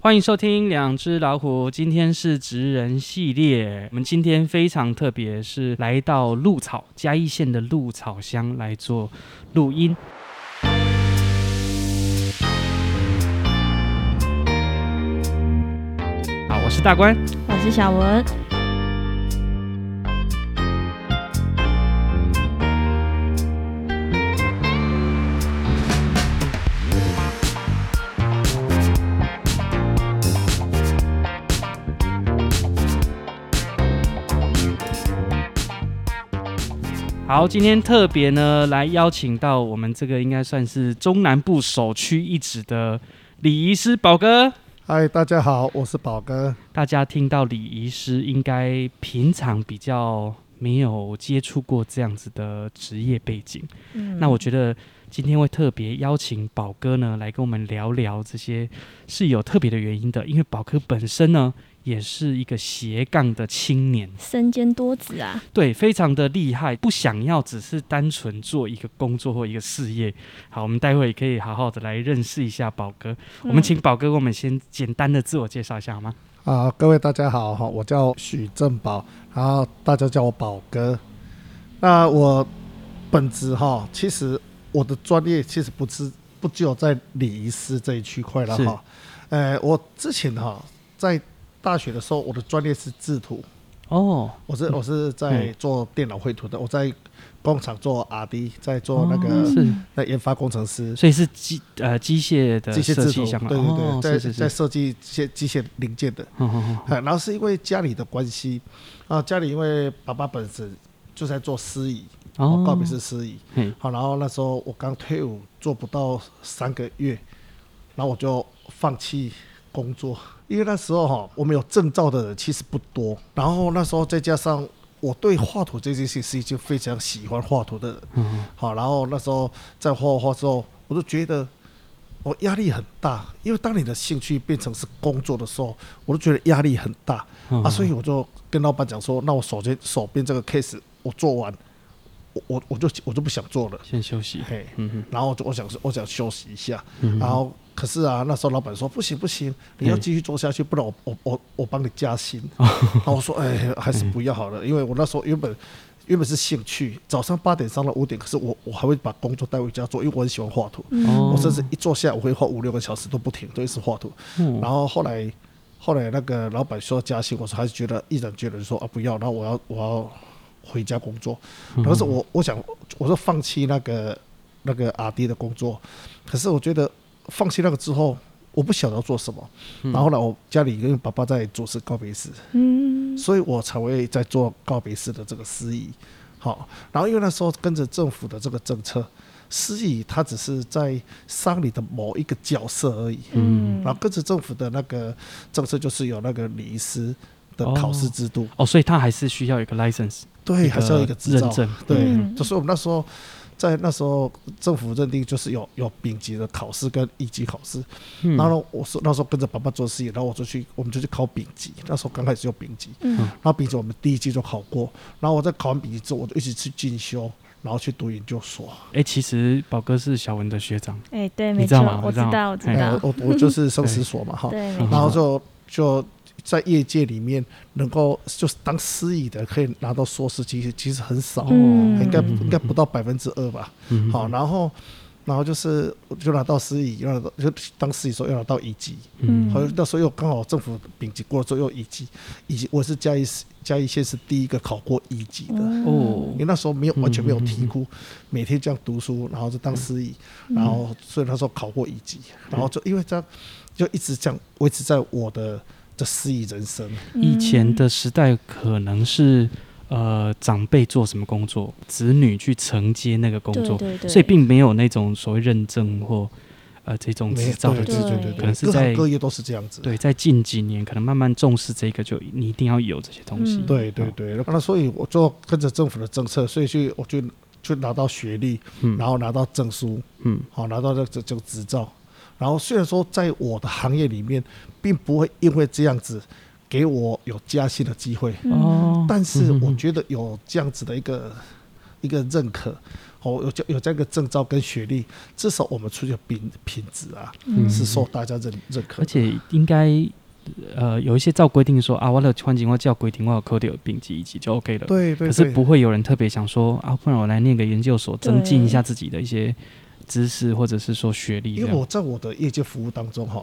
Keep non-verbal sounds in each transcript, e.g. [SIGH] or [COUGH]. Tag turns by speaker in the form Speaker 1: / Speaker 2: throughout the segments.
Speaker 1: 欢迎收听《两只老虎》，今天是职人系列。我们今天非常特别，是来到鹿草嘉义县的鹿草乡来做录音。好，我是大官。
Speaker 2: 我是小文，
Speaker 1: 好，今天特别呢来邀请到我们这个应该算是中南部首屈一指的礼仪师宝哥。
Speaker 3: 嗨，大家好，我是宝哥。
Speaker 1: 大家听到礼仪师，应该平常比较没有接触过这样子的职业背景。
Speaker 2: 嗯
Speaker 1: 那我觉得今天会特别邀请宝哥呢来跟我们聊聊这些是有特别的原因的，因为宝哥本身呢也是一个斜杠的青年，
Speaker 2: 身兼多职啊，
Speaker 1: 对，非常的厉害，不想要只是单纯做一个工作或一个事业。好，我们待会也可以好好的来认识一下宝哥。我
Speaker 2: 嗯
Speaker 1: 们请宝哥给我们先简单的自我介绍一下好吗？
Speaker 3: 啊，各位大家好哈，我叫许正宝，然后大家叫我宝哥。那我本职哈，其实我的专业其实不是不只有在礼仪师这一区块了
Speaker 1: 是
Speaker 3: 哈。呃，我之前哈在大学的时候，我的专业是制图，
Speaker 1: 哦，
Speaker 3: 我是我是在
Speaker 1: 嗯
Speaker 3: 做电脑绘图的，我在工厂做 R D，在做那
Speaker 1: 哦
Speaker 3: 个
Speaker 1: 是
Speaker 3: 那研发工程师。
Speaker 1: 所以是机呃机械的
Speaker 3: 机械
Speaker 1: 设
Speaker 3: 制
Speaker 1: 计
Speaker 3: 图，
Speaker 1: 相关，
Speaker 3: 对对对，
Speaker 1: 哦、
Speaker 3: 在
Speaker 1: 是哦是
Speaker 3: 在
Speaker 1: 是，
Speaker 3: 设计机械机械零件的，
Speaker 1: 好好好，
Speaker 3: 哎，然后是因为家里的关系，啊，家里因为爸爸本身就在做司仪，
Speaker 1: 哦，
Speaker 3: 告别式司仪，
Speaker 1: 嘿，
Speaker 3: 好，然后那时候我刚退伍，做不到三个月，然后我就放弃工作，因为那时候哈，我们有证照的人其实不多，然后那时候再加上我对画图这件事是一件非常喜欢画图的人，
Speaker 1: 嗯，
Speaker 3: 好，然后那时候在画画之后，我就觉得我压力很大，因为当你的兴趣变成是工作的时候，我就觉得压力很大、
Speaker 1: 嗯
Speaker 3: 啊，所以我就跟老板讲说，那我首先手边这个 case 我做完，我我我就我就不想做了，
Speaker 1: 先休息，
Speaker 3: 嘿，
Speaker 1: 嗯哼
Speaker 3: 然后我就我想我想休息一下，
Speaker 1: 嗯
Speaker 3: 然后可是啊，那时候老板说不行不行，你要
Speaker 1: 嗯
Speaker 3: 继续做下去，不然我我我我帮你加薪。
Speaker 1: 哦
Speaker 3: 然后我说哎，还是不要好了，因为我那时候原本原本是兴趣，早上八点上到五点，可是我我还会把工作带回家做，因为我很喜欢画图，
Speaker 1: 哦
Speaker 3: 我甚至一坐下我会画五六个小时都不停，都一直画图。
Speaker 1: 嗯
Speaker 3: 然后后来后来那个老板说加薪，我说还是觉得毅然决然说啊不要，然后我要我要回家工作。然后是我我想我说放弃那个那个阿弟的工作，可是我觉得放弃那个之后。我不晓得要做什么，然后呢，我家里因为爸爸在主持告别式，
Speaker 2: 嗯
Speaker 3: 所以我才会在做告别式的这个司仪。好，然后因为那时候跟着政府的这个政策，司仪他只是在丧礼的某一个角色而已。
Speaker 2: 嗯
Speaker 3: 然后跟着政府的那个政策，就是有那个礼仪师的考试制度，
Speaker 1: 哦，所以他还是需要有一个 license，
Speaker 3: 对，还是要一个执
Speaker 1: 认
Speaker 3: 照，
Speaker 1: 证，
Speaker 3: 对
Speaker 2: 嗯，
Speaker 3: 就是我们那时候在那时候政府认定就是有有丙级的考试跟乙级考试，
Speaker 1: 嗯
Speaker 3: 然后呢我说那时候跟着爸爸做事业，然后我就去我们就去考丙级，那时候刚开始有丙级，
Speaker 2: 嗯
Speaker 3: 然后丙级我们第一季就考过，然后我在考完丙级之后，我就一直去进修，然后去读研究所，
Speaker 1: 哎，其实宝哥是小文的学长，
Speaker 2: 哎、对，
Speaker 1: 你
Speaker 2: 没
Speaker 1: 知道
Speaker 2: 错
Speaker 1: 吗，
Speaker 2: 我
Speaker 1: 你知
Speaker 2: 知
Speaker 1: 道吗
Speaker 2: 道，我知
Speaker 1: 哎
Speaker 3: 哎
Speaker 2: 道
Speaker 3: 我，我我就是生死所嘛哈，
Speaker 2: 嗯对，
Speaker 1: 嗯
Speaker 2: 没
Speaker 3: 然后
Speaker 2: 错，
Speaker 3: 就就在业界里面能够就是当司仪的，可以拿到硕士，其实其实很少，
Speaker 2: 嗯
Speaker 3: 应该
Speaker 1: 嗯
Speaker 3: 应该不到百分之二吧。
Speaker 1: 嗯
Speaker 3: 好，，然后然后就是我就拿到司仪，要拿到就当司仪说要拿到乙级，
Speaker 2: 嗯
Speaker 3: 好像那时候又刚好政府丙级过了之后又乙级，乙级我是嘉义市嘉义县是第一个考过乙级的。
Speaker 2: 嗯
Speaker 1: 哦
Speaker 3: 因为那时候没有完全没有
Speaker 1: 嗯
Speaker 3: 题库，每天这样读书，然后就当司仪，然后所以那时候考过乙级，然后就因为这样就一直这样维持在我的的司仪人生。
Speaker 2: 嗯
Speaker 1: 以前的时代可能是呃长辈做什么工作，子女去承接那个工
Speaker 2: 对
Speaker 1: 作，
Speaker 2: 对对，
Speaker 1: 所以并没有那种所谓认证或呃这种执照的
Speaker 3: 对
Speaker 1: 制
Speaker 3: 对
Speaker 1: 度
Speaker 2: 制
Speaker 3: 对
Speaker 2: 度
Speaker 3: 对
Speaker 1: 可能
Speaker 3: 对，
Speaker 1: 是
Speaker 3: 各
Speaker 1: 在
Speaker 3: 行各业都是这样子。
Speaker 1: 对，在近几年可能慢慢重视这个，就你一定要有这些东西。
Speaker 2: 嗯
Speaker 3: 对对对，那所以我就跟着政府的政策，所以去我就去拿到学历，
Speaker 1: 嗯
Speaker 3: 然后拿到证书，
Speaker 1: 嗯，
Speaker 3: 好拿到这这这个执照。然后虽然说在我的行业里面，并不会因为这样子给我有加薪的机会，
Speaker 2: 嗯
Speaker 1: 哦，
Speaker 3: 但是
Speaker 1: 嗯
Speaker 3: 我觉得有这样子的一个一个认可，哦，有这有这个证照跟学历，至少我们出去的品品质啊，
Speaker 1: 嗯
Speaker 3: 是受大家认认可的。
Speaker 1: 而且应该呃有一些照规定说啊，我的环境我叫规定我有扣掉丙级乙级就 OK 了。
Speaker 3: 对对
Speaker 1: 可是
Speaker 3: 对，
Speaker 1: 不会有人特别想说啊，不然我来念个研究所，增进一下自己的一些知识或者是说学历这
Speaker 3: 因为
Speaker 1: 样。
Speaker 3: 我在我的业界服务当中哈，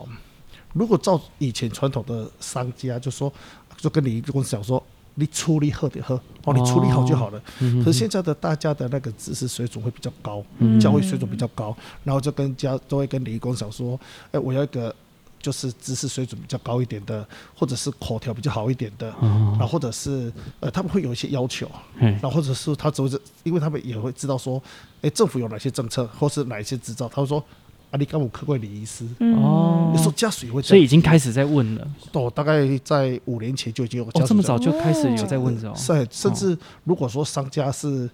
Speaker 3: 如果照以前传统的商家就说，就跟你公司讲说，你处理好就好，哦，你处理好就好了。
Speaker 1: 嗯
Speaker 3: 可是现在的大家的那个知识水准会比较高，
Speaker 1: 嗯
Speaker 3: 教育水准比较高，然后就跟家都会跟理工讲说，哎、我要一个就是知识水准比较高一点的，或者是口条比较好一点的，然后
Speaker 1: 哦，
Speaker 3: 或者是呃他们会有一些要求，
Speaker 1: 嘿
Speaker 3: 然后或者是他只会是，因为他们也会知道说，哎、政府有哪些政策，或是哪一些执照，他会说啊，你干我科贵李医师，
Speaker 1: 哦
Speaker 3: 有时候家属也会这
Speaker 1: 所以已
Speaker 3: 样，
Speaker 1: 经开始在问了。
Speaker 3: 我大概在五年前就已经有家属
Speaker 1: 哦，这么
Speaker 3: 样
Speaker 1: 早就开始有在问着哦。
Speaker 3: 是，甚至如果说商家是，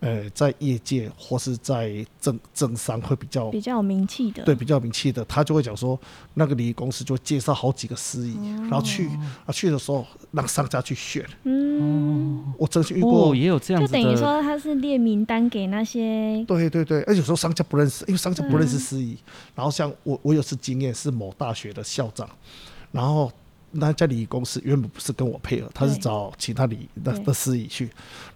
Speaker 3: 呃，在业界或是在政政商会比较
Speaker 2: 比较有名气的，
Speaker 3: 对比较有名气的，他就会讲说，那个礼仪公司就会介绍好几个司仪，然后去啊去的时候让商家去选。
Speaker 2: 嗯，
Speaker 3: 我曾经遇
Speaker 1: 哦，
Speaker 3: 过，
Speaker 1: 也有哦这样
Speaker 2: 就
Speaker 1: 子的。
Speaker 2: 等于说他是列名单给那些，
Speaker 3: 对对对，而且有时候商家不认
Speaker 2: 嗯
Speaker 3: 识，因为商家不认识司仪。然后像我，我有次经验是某大学的校长，然后。那家礼仪公司原本不是跟我配合，他是
Speaker 2: 对
Speaker 3: 找其他礼那
Speaker 2: 对
Speaker 3: 的司仪去，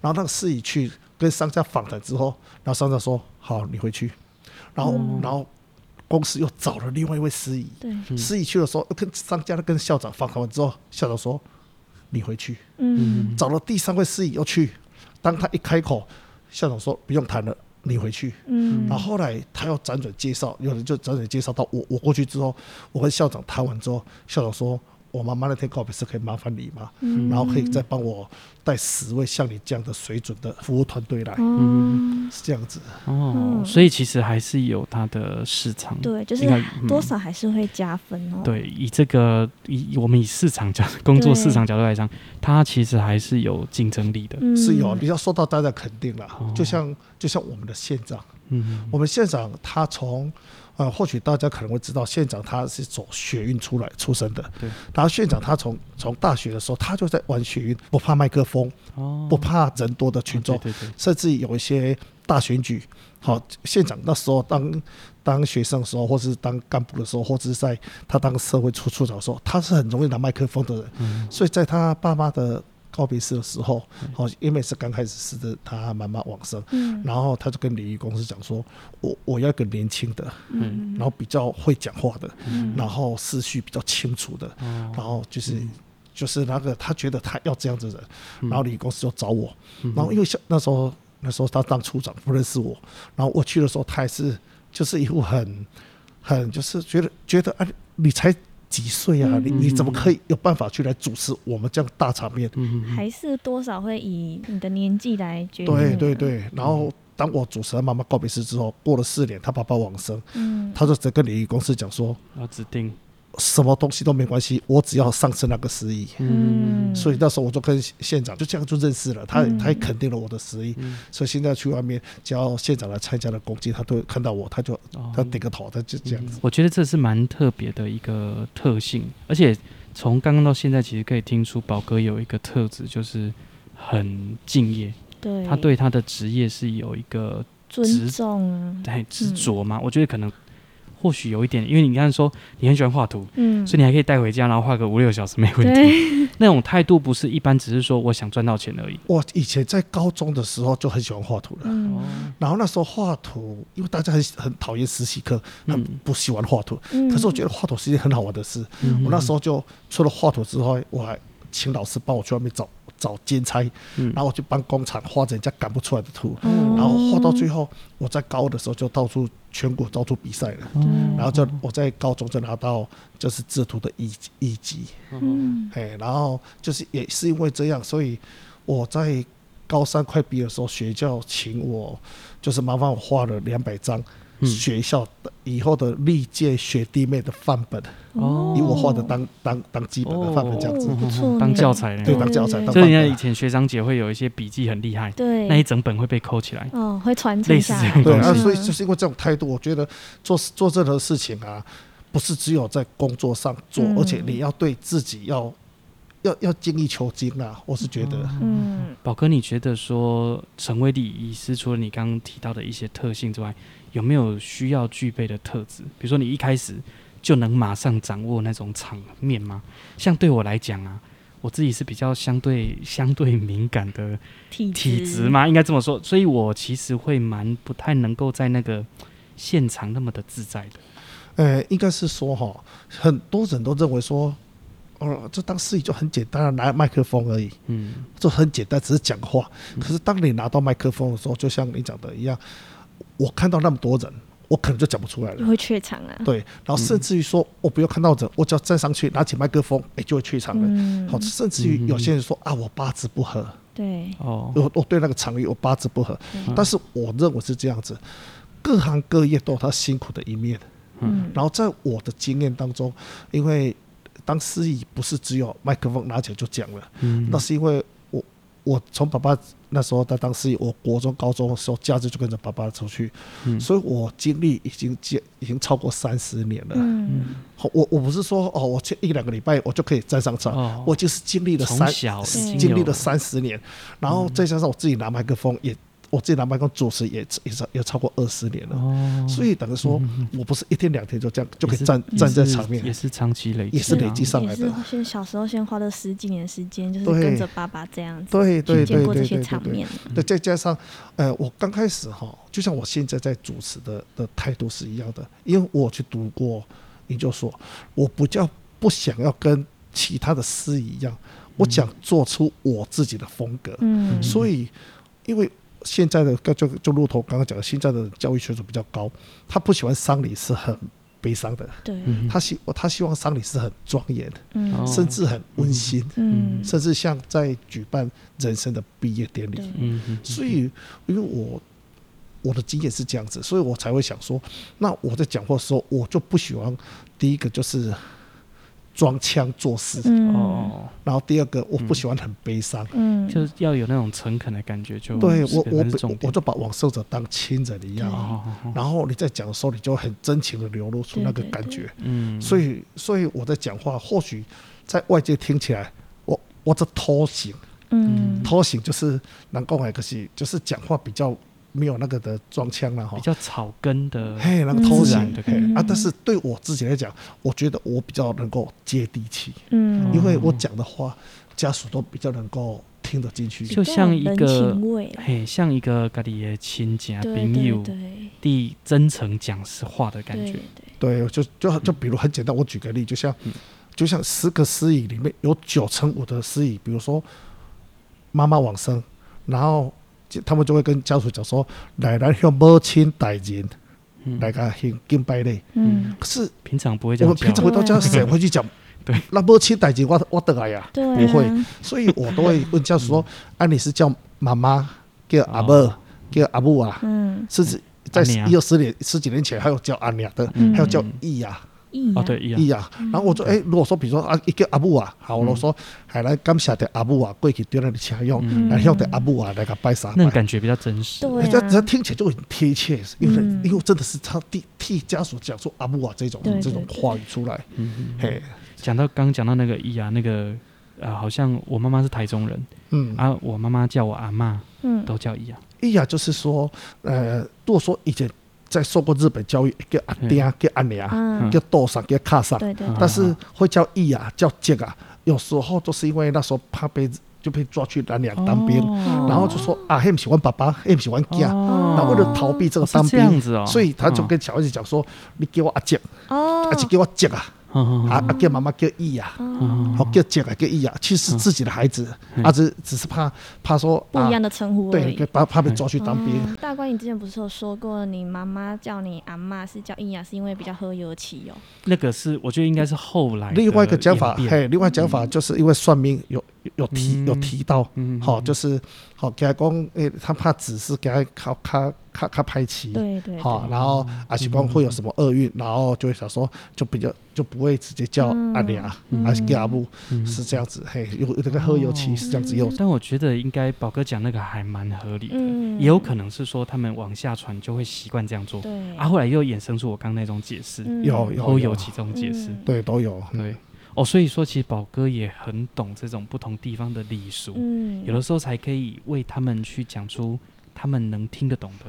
Speaker 3: 然后那个司仪去跟商家访谈之后，然后商家说好，你回去，然后、然后公司又找了另外一位司仪，
Speaker 2: 嗯对，
Speaker 1: 嗯
Speaker 3: 司仪去的时候跟商家跟校长访谈完之后，校长说你回去，
Speaker 2: 嗯，
Speaker 3: 找了第三位司仪又去，当他一开口，校长说不用谈了，你回去。
Speaker 2: 嗯，
Speaker 3: 然后后来他要辗转介绍，有人就辗转介绍到我，我过去之后，我跟校长谈完之后，校长说。我妈妈那天告别是可以麻烦你吗？
Speaker 2: 嗯
Speaker 3: 然后可以再帮我带十位像你这样的水准的服务团队来，
Speaker 1: 嗯
Speaker 2: 哦，
Speaker 3: 是这样子。
Speaker 1: 哦，
Speaker 2: 嗯
Speaker 1: 所以其实还是有它的市场。
Speaker 2: 对，就是
Speaker 1: 应该嗯
Speaker 2: 多少还是会加分哦，，
Speaker 1: 对，以这个以以我们以市场角工作市场角度来讲，它其实还是有竞争力的。
Speaker 2: 嗯，
Speaker 3: 是有啊比较受到大家肯定啦，
Speaker 1: 哦
Speaker 3: 就像就像我们的县长，
Speaker 1: 嗯，
Speaker 3: 我们县长他从呃，或许大家可能会知道，县长他是走学运出来出身的。
Speaker 1: 对。
Speaker 3: 然后县长他从从大学的时候，他就在玩学运，不怕麦克风，
Speaker 1: 哦，啊
Speaker 3: 不怕人多的群众，
Speaker 1: 对对对，
Speaker 3: 甚至有一些大选举，好、县长那时候当当学生的时候，或是当干部的时候，或者是在他当社会处处长的时候，他是很容易拿麦克风的人。
Speaker 1: 嗯
Speaker 3: 所以在他爸妈的告别式的时候，好、因为是刚开始是他妈妈往生，
Speaker 2: 嗯，
Speaker 3: 然后他就跟礼仪公司讲说，我我要一个年轻的，
Speaker 1: 嗯
Speaker 3: 然后比较会讲话的，
Speaker 2: 嗯
Speaker 3: 然后思绪比较清楚的，然
Speaker 1: 哦，
Speaker 3: 后就是。就是那个，他觉得他要这样子的人，
Speaker 1: 嗯
Speaker 3: 然后礼仪公司就找我，
Speaker 1: 嗯
Speaker 3: 然后因为像那时候那时候他当处长不认识我，然后我去的时候他还是就是一副很很就是觉得觉得啊你才几岁
Speaker 1: 嗯
Speaker 3: 啊，你你怎么可以有办法去来主持我们这样大场面？
Speaker 1: 嗯嗯
Speaker 2: 还是多少会以你的年纪来决定，
Speaker 3: 对对，对，
Speaker 1: 嗯
Speaker 3: 然后当我主持了妈妈告别式之后，过了四年，他爸爸往生，
Speaker 2: 嗯，
Speaker 3: 他就直接跟礼仪公司讲说，
Speaker 1: 要指定，
Speaker 3: 什么东西都没关系，我只要上次那个司仪。
Speaker 2: 嗯，
Speaker 3: 所以那时候我就跟县长就这样就认识了，他也
Speaker 2: 嗯
Speaker 3: 他也肯定了我的实力，
Speaker 1: 嗯
Speaker 3: 所以现在去外面只要县长来参加的公祭，他都会看到我，他就
Speaker 1: 哦嗯
Speaker 3: 他点个头，他就这样子。
Speaker 1: 我觉得这是蛮特别的一个特性，而且从刚刚到现在，其实可以听出宝哥有一个特质，就是很敬业，
Speaker 2: 对，
Speaker 1: 他对他的职业是有一个
Speaker 2: 尊
Speaker 1: 执
Speaker 2: 重啊，
Speaker 1: 很执着嘛。我觉得可能或许有一点，因为你刚才说你很喜欢画图，
Speaker 2: 嗯，
Speaker 1: 所以你还可以带回家，然后画个五六小时没问题。
Speaker 2: 对，
Speaker 1: [LAUGHS] 那种态度不是一般只是说我想赚到钱而已。
Speaker 3: 我以前在高中的时候就很喜欢画图了，
Speaker 2: 嗯，
Speaker 3: 然后那时候画图，因为大家很很讨厌实习课，很
Speaker 1: 嗯
Speaker 3: 不喜欢画图，
Speaker 2: 嗯
Speaker 3: 可是我觉得画图是一件很好玩的事。
Speaker 1: 嗯
Speaker 3: 我那时候就除了画图之外，我还请老师帮我去外面找找兼差，
Speaker 1: 嗯
Speaker 3: 然后我去帮工厂画人家赶不出来的图，
Speaker 2: 哦
Speaker 3: 然后画到最后，我在高二的时候就到处全国到处比赛了，
Speaker 2: 嗯
Speaker 3: 然后就我在高中就拿到就是制图的一一级，
Speaker 2: 嗯
Speaker 3: 哎，然后就是也是因为这样，所以我在高三快毕业的时候，学校请我就是麻烦我画了两百张
Speaker 1: 嗯
Speaker 3: 学校的以后的历届学弟妹的范本，
Speaker 1: 哦
Speaker 3: 以我画的当当当基本的范本这样子
Speaker 2: 哦，不错呢
Speaker 1: 当教材
Speaker 3: 对，
Speaker 1: 呢。
Speaker 3: 当教材当
Speaker 1: 就
Speaker 3: 范
Speaker 1: 人家以
Speaker 3: 本。
Speaker 1: 前学长姐会有一些笔记很厉害，
Speaker 2: 对，
Speaker 1: 那一整本会被扣起来。
Speaker 2: 哦，会传
Speaker 1: 类
Speaker 2: 承
Speaker 1: 似
Speaker 2: 下
Speaker 1: 这
Speaker 2: 来，
Speaker 1: [LAUGHS] 样
Speaker 3: 对
Speaker 1: 东
Speaker 3: 啊，
Speaker 1: 西
Speaker 3: 所以就是因为这种态度，我觉得做做任何事情啊，不是只有在工作上做，
Speaker 2: 嗯
Speaker 3: 而且你要对自己要要要精益求精啦，我是觉得。
Speaker 2: 嗯
Speaker 1: 宝哥，你觉得说成为礼仪师，除了你刚刚提到的一些特性之外，有没有需要具备的特质？比如说，你一开始就能马上掌握那种场面吗？像对我来讲啊，我自己是比较相对相对敏感的
Speaker 2: 体
Speaker 1: 体质？嘛，应该这么说，所以我其实会蛮不太能够在那个现场那么的自在的。
Speaker 3: 呃，应该是说哈，很多人都认为说，哦，这当司仪就很简单，啊拿麦克风而已，
Speaker 1: 嗯
Speaker 3: 这很简单，只是讲话。可是当你拿到麦克风的时候，就像你讲的一样，我看到那么多人，我可能就讲不出来
Speaker 2: 就
Speaker 3: 了。
Speaker 2: 会怯场啊。
Speaker 3: 对，然后甚至于说，我不要看到人，我只要站上去拿起麦克风，哎、就会去场了。
Speaker 2: 嗯
Speaker 3: 好，甚至于有些人说啊，我八字不合，
Speaker 2: 对，
Speaker 1: 哦，
Speaker 3: 我我对那个场域我八字不合，嗯但是我认为是这样子，各行各业都有他辛苦的一面。
Speaker 2: 嗯，
Speaker 3: 然后在我的经验当中，因为当司仪不是只有麦克风拿起来就讲了，
Speaker 1: 嗯
Speaker 3: 那是因为我我从爸爸那时候他当司仪，我国中高中的时候假日就跟着爸爸出去，
Speaker 1: 嗯
Speaker 3: 所以我经历已经接已经超过三十年了。
Speaker 2: 嗯
Speaker 3: 好我我不是说哦，我这一两个礼拜我就可以站上场，
Speaker 1: 哦
Speaker 3: 我就是经历了
Speaker 1: 从
Speaker 3: 三
Speaker 1: 小已
Speaker 2: 经
Speaker 3: 经历
Speaker 1: 有
Speaker 3: 了三十年，然
Speaker 1: 嗯
Speaker 3: 后再加上我自己拿麦克风也。我自己拿麦克风主持也也超也超过二十年了，
Speaker 1: 哦
Speaker 3: 所以等于说，我不是一天两天就这样就可
Speaker 1: 也
Speaker 3: 以
Speaker 1: 是
Speaker 3: 站
Speaker 1: 也
Speaker 3: 站在
Speaker 1: 是
Speaker 3: 场面
Speaker 1: 也，是长期累积的啊，
Speaker 3: 也是累积上
Speaker 2: 也
Speaker 3: 来
Speaker 2: 是
Speaker 3: 的。
Speaker 2: 先小时候先花了十几年时间，就是
Speaker 3: 对
Speaker 2: 跟着爸爸这样子，
Speaker 3: 对对
Speaker 2: 见
Speaker 3: 对
Speaker 2: 过这
Speaker 3: 对
Speaker 2: 些
Speaker 3: 对
Speaker 2: 场
Speaker 3: 对
Speaker 2: 面。
Speaker 3: 对，再加上，呃，我刚开始哈，就像我现在在主持的的态度是一样的，因为我去读过研究所，我不叫不想要跟其他的司仪一样，我想做出我自己的风格。
Speaker 2: 嗯，
Speaker 3: 所以，因为现在的就就路头刚刚讲的，现在的教育水准比较高，他不喜欢丧礼是很悲伤的，
Speaker 2: 对，
Speaker 1: 嗯
Speaker 3: 他希他希望丧礼是很庄严，
Speaker 2: 嗯
Speaker 1: 哦
Speaker 3: 甚至很温馨，
Speaker 2: 嗯，
Speaker 3: 甚至像在举办人生的毕业典礼
Speaker 2: 对。
Speaker 1: 嗯嗯
Speaker 3: 所以，因为我我的经验是这样子，所以我才会想说，那我在讲话的时候，我就不喜欢第一个就是装腔作势，
Speaker 1: 嗯
Speaker 2: 嗯
Speaker 1: 哦，
Speaker 3: 然后第二个我不喜欢很悲伤。
Speaker 2: 嗯，
Speaker 1: 就是要有那种诚恳的感觉，就
Speaker 3: 对
Speaker 1: 是
Speaker 3: 我
Speaker 1: 可
Speaker 3: 我
Speaker 1: 能是重
Speaker 3: 我我
Speaker 1: 点
Speaker 3: 就把往受者当亲人一样，
Speaker 2: 对
Speaker 1: 哦哦哦
Speaker 3: 然后你在讲的时候，你就很真情的流露出那个
Speaker 2: 对对
Speaker 3: 感
Speaker 2: 对
Speaker 3: 觉。
Speaker 1: 嗯，
Speaker 3: 所以，所以我在讲话，或许在外界听起来，我我这拖行，
Speaker 2: 嗯，
Speaker 3: 拖行就是能够哎，可是就是讲话比较没有那个的装腔了哈
Speaker 1: 比。较草根的，
Speaker 3: 哦嘿，
Speaker 2: 嗯
Speaker 3: 那个偷
Speaker 1: 自
Speaker 3: 袭
Speaker 1: 然的感觉
Speaker 3: 啊，但是对我自己来讲，我觉得我比较能够接地气，
Speaker 2: 嗯，
Speaker 3: 因为我讲的话，家属都比较能够听得进去。
Speaker 1: 就像一
Speaker 2: 人
Speaker 1: 个
Speaker 2: 情味啦，
Speaker 1: 嘿，像一个家里的亲戚啊
Speaker 2: 对
Speaker 1: 朋
Speaker 2: 对
Speaker 1: 友，
Speaker 2: 对
Speaker 1: 第真诚讲实话的感
Speaker 2: 对
Speaker 1: 觉
Speaker 2: 对，
Speaker 3: 对，就就就比如很简单，我举个例，就像就像十个司仪里面有九成五的司仪，比如说妈妈往生，然后就他们就会跟家属讲说，奶奶向母亲代人，
Speaker 1: 嗯
Speaker 3: 大家行敬拜礼。
Speaker 2: 嗯，
Speaker 3: 可是
Speaker 1: 平常不会这
Speaker 3: 我
Speaker 1: 样
Speaker 3: 们
Speaker 1: 叫
Speaker 3: 平常，回到家，谁会去讲？ [LAUGHS]
Speaker 1: 对，
Speaker 3: 那母亲代人，我我等来呀、
Speaker 2: 对啊，
Speaker 3: 不会所以我都会问家属说：“
Speaker 1: 嗯
Speaker 3: 啊，你是叫妈妈，叫阿伯，叫阿母啊？
Speaker 2: 嗯，
Speaker 3: 甚至在
Speaker 1: 哦阿娘
Speaker 3: 一二十年、十几年前，还有叫阿娘的，
Speaker 2: 嗯
Speaker 3: 还有叫姨呀、
Speaker 2: 意啊
Speaker 1: 哦，对，一
Speaker 3: 姨
Speaker 1: 样，
Speaker 3: 呀。
Speaker 2: 嗯
Speaker 3: 然后我说：‘
Speaker 1: 嗯
Speaker 3: 哎，如果说比如说啊，一个阿母啊，好，我说，海来感谢的阿母啊，过去对咱的车用，
Speaker 2: 嗯
Speaker 3: 来向的阿母啊来个拜三
Speaker 1: 那种
Speaker 3: 拜。’
Speaker 1: 感觉比较真实，
Speaker 2: 对
Speaker 3: 这
Speaker 2: 啊
Speaker 3: 这听起来就很贴切，因为
Speaker 2: 嗯
Speaker 3: 因为真的是他替替家属讲出阿母啊这种
Speaker 2: 对对
Speaker 3: 这种
Speaker 2: 对
Speaker 3: 话语出来，
Speaker 1: 嗯，
Speaker 3: 嘿，
Speaker 1: 讲到刚讲到那个伊啊，那个啊，好像我妈妈是台中人
Speaker 3: 嗯，
Speaker 1: 啊，我妈妈叫我阿妈
Speaker 2: 嗯，
Speaker 1: 都叫伊啊，
Speaker 3: 伊呀，就是说，呃，如果说以前在受过日本教育，叫阿爹、叫阿娘、
Speaker 2: 啊，
Speaker 3: 叫多上、叫卡上，
Speaker 2: 嗯对对
Speaker 1: 啊
Speaker 2: 对，
Speaker 3: 但是会叫伊呀、叫杰啊，有时候都是因为那时候怕被就被抓去南洋当兵，
Speaker 1: 哦
Speaker 3: 然后就说啊，很喜欢爸爸，很喜欢家，那、
Speaker 1: 哦
Speaker 3: 为了逃避这个
Speaker 1: 是
Speaker 3: 当
Speaker 1: 这
Speaker 3: 兵，
Speaker 1: 样子哦，
Speaker 3: 所以他就跟小孩子讲说，你给我阿杰，
Speaker 2: 哦
Speaker 3: 阿，杰给我杰啊，
Speaker 1: 嗯嗯
Speaker 3: 啊啊叫妈妈叫伊呀、
Speaker 2: 哦
Speaker 3: 好叫杰啊叫伊呀，其实是自己的孩子，
Speaker 1: 嗯
Speaker 3: 啊只只是怕怕说
Speaker 2: 不
Speaker 3: 啊
Speaker 2: 一，样的称呼而
Speaker 3: 对，
Speaker 2: 已。
Speaker 3: 怕怕
Speaker 1: 嗯
Speaker 3: 被抓去当兵。
Speaker 2: 哦大官，你之前不是有说过，你妈妈叫你阿妈是叫伊雅，是因为比较喝油漆哦。
Speaker 1: 那个是我觉得应该是后来的
Speaker 3: 另外一个讲法，
Speaker 1: 演变
Speaker 3: 嘿，另外讲法就是因为算命有有有提
Speaker 1: 嗯
Speaker 3: 有提到，好、
Speaker 1: 嗯
Speaker 3: 就是好给他讲，诶，他怕只是给他靠靠靠靠拍棋，
Speaker 2: 对对，
Speaker 3: 好、然后
Speaker 1: 嗯
Speaker 3: 阿喜光会有什么厄运，然后就会想说，就比较就不会直接叫
Speaker 2: 嗯
Speaker 3: 阿娘，
Speaker 2: 嗯
Speaker 3: 还是叫阿木，
Speaker 1: 嗯
Speaker 3: 是这样子，嘿，有有那个喝油棋是这样子用，
Speaker 1: 但我觉得应该宝哥讲那个还蛮合理的，
Speaker 2: 嗯
Speaker 1: 也有可能是说他们往下传就会习惯这样做，
Speaker 2: 对
Speaker 1: 啊，后来又衍生出我刚那种解释，
Speaker 2: 嗯
Speaker 3: 有有
Speaker 1: 都有
Speaker 3: 有
Speaker 1: 其中解释，
Speaker 2: 嗯
Speaker 3: 对，都有，嗯
Speaker 1: 对。哦，所以说其实宝哥也很懂这种不同地方的礼俗，
Speaker 2: 嗯，
Speaker 1: 有的时候才可以为他们去讲出他们能听得懂的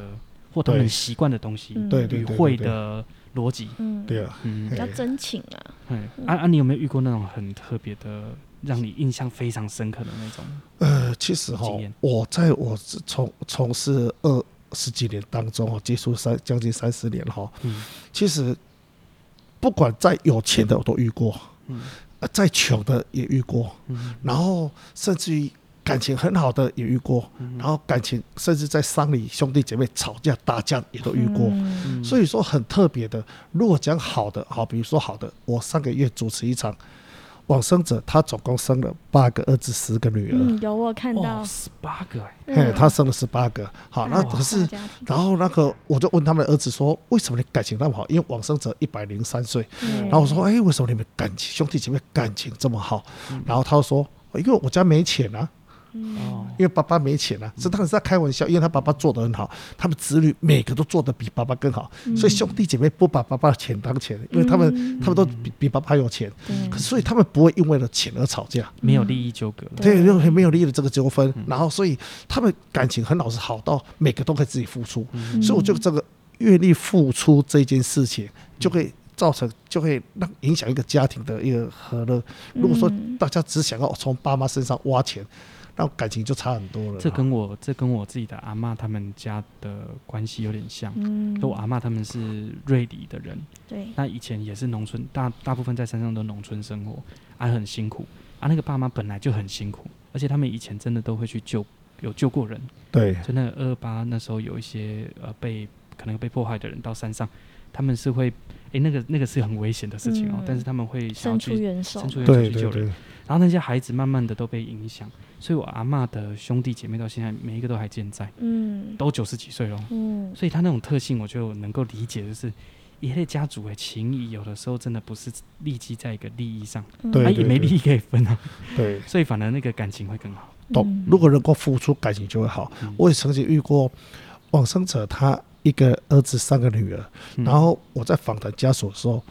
Speaker 1: 或他们
Speaker 3: 对
Speaker 1: 习惯的东西，
Speaker 2: 嗯
Speaker 3: 对对
Speaker 1: 语
Speaker 3: 对对
Speaker 1: 汇
Speaker 3: 对
Speaker 1: 的逻辑。
Speaker 2: 嗯，
Speaker 3: 对啊，
Speaker 1: 嗯，
Speaker 2: 比较
Speaker 3: 嘿
Speaker 2: 真情啊，
Speaker 1: 嗯，啊啊，你有没有遇过那种很特别的，让你印象非常深刻的那种？
Speaker 3: 呃，其实哈
Speaker 1: 经验，
Speaker 3: 我在我是从从事二十几年当中哦，接触三将近三十年哈，
Speaker 1: 嗯
Speaker 3: 其实不管再有钱的我都遇过，
Speaker 1: 嗯
Speaker 3: 呃，再穷的也遇过，
Speaker 1: 嗯
Speaker 3: 然后甚至于感情很好的也遇过，
Speaker 1: 嗯
Speaker 3: 然后感情甚至在丧礼兄弟姐妹吵架打架也都遇过。
Speaker 2: 嗯
Speaker 1: 嗯
Speaker 3: 所以说很特别的。如果讲好的，好，比如说好的，我上个月主持一场往生者，他总共生了八个儿子，十个女儿，
Speaker 2: 嗯，有我看到
Speaker 1: 哦，，十八个哎，
Speaker 3: 嘿，
Speaker 2: 嗯
Speaker 3: 他生了十八个。好，那
Speaker 2: 大
Speaker 3: 可是
Speaker 2: 大家庭
Speaker 3: 然后那个我就问他们的儿子说，为什么你感情那么好？因为往生者一百零三岁，
Speaker 2: 嗯
Speaker 3: 然后我说，哎，为什么你们感情兄弟姐妹感情这么好？
Speaker 2: 嗯
Speaker 3: 然后他说，因为我家没钱啊。
Speaker 1: 哦，
Speaker 3: 因为爸爸没钱
Speaker 2: 嗯
Speaker 3: 啊，这当然是在开玩笑，因为他爸爸做得很好，他们子女每个都做得比爸爸更好，
Speaker 2: 嗯
Speaker 3: 所以兄弟姐妹不把爸爸的钱当钱，因为他们、他们都比比爸爸有钱，
Speaker 2: 对
Speaker 3: 可是所以他们不会因为了钱而吵架。
Speaker 1: 没有利益纠葛了，
Speaker 3: 对，就很没有利益的这个纠
Speaker 1: 嗯
Speaker 3: 纷，然后所以他们感情很老是好到每个都可以自己付出，
Speaker 1: 嗯
Speaker 3: 所以我觉得这个愿意付出这件事情，就
Speaker 1: 嗯
Speaker 3: 会造成就会让影响一个家庭的一个和乐。
Speaker 1: 嗯
Speaker 3: 如果说大家只想要从爸妈身上挖钱，那感情就差很多了。
Speaker 1: 这跟我这跟我自己的阿嬷他们家的关系有点像。
Speaker 2: 嗯，
Speaker 1: 就我阿嬷他们是瑞里的人，
Speaker 2: 对，
Speaker 1: 那以前也是农村，大大部分在山上都农村生活，啊很辛苦，啊那个爸妈本来就很辛苦，而且他们以前真的都会去救，有救过人，
Speaker 3: 对
Speaker 1: 就那二八那时候有一些呃被可能被迫害的人到山上，他们是会，诶，那个那个是很危险的事情哦，
Speaker 2: 嗯
Speaker 1: 但是他们会想要
Speaker 2: 伸出
Speaker 1: 去
Speaker 2: 援手
Speaker 1: 伸，出援手
Speaker 3: 对
Speaker 1: 去救
Speaker 3: 对
Speaker 1: 人，
Speaker 3: 对，
Speaker 1: 然后那些孩子慢慢的都被影响，所以我阿嬷的兄弟姐妹到现在每一个都还健在，
Speaker 2: 嗯
Speaker 1: 都九十几岁了哦，
Speaker 2: 嗯，
Speaker 1: 所以他那种特性我就能够理解，就是爷类家族的情谊有的时候真的不是立基在一个利益上，
Speaker 3: 对
Speaker 1: 他也没利益可以分啊，
Speaker 3: 对。
Speaker 1: 所以反而那个感情会更好。
Speaker 3: 懂。如果能够付出，感情就会好。
Speaker 1: 嗯
Speaker 3: 我也曾经遇过往生者，他一个儿子，三个女儿。
Speaker 1: 嗯
Speaker 3: 然后我在访谈家属的时候，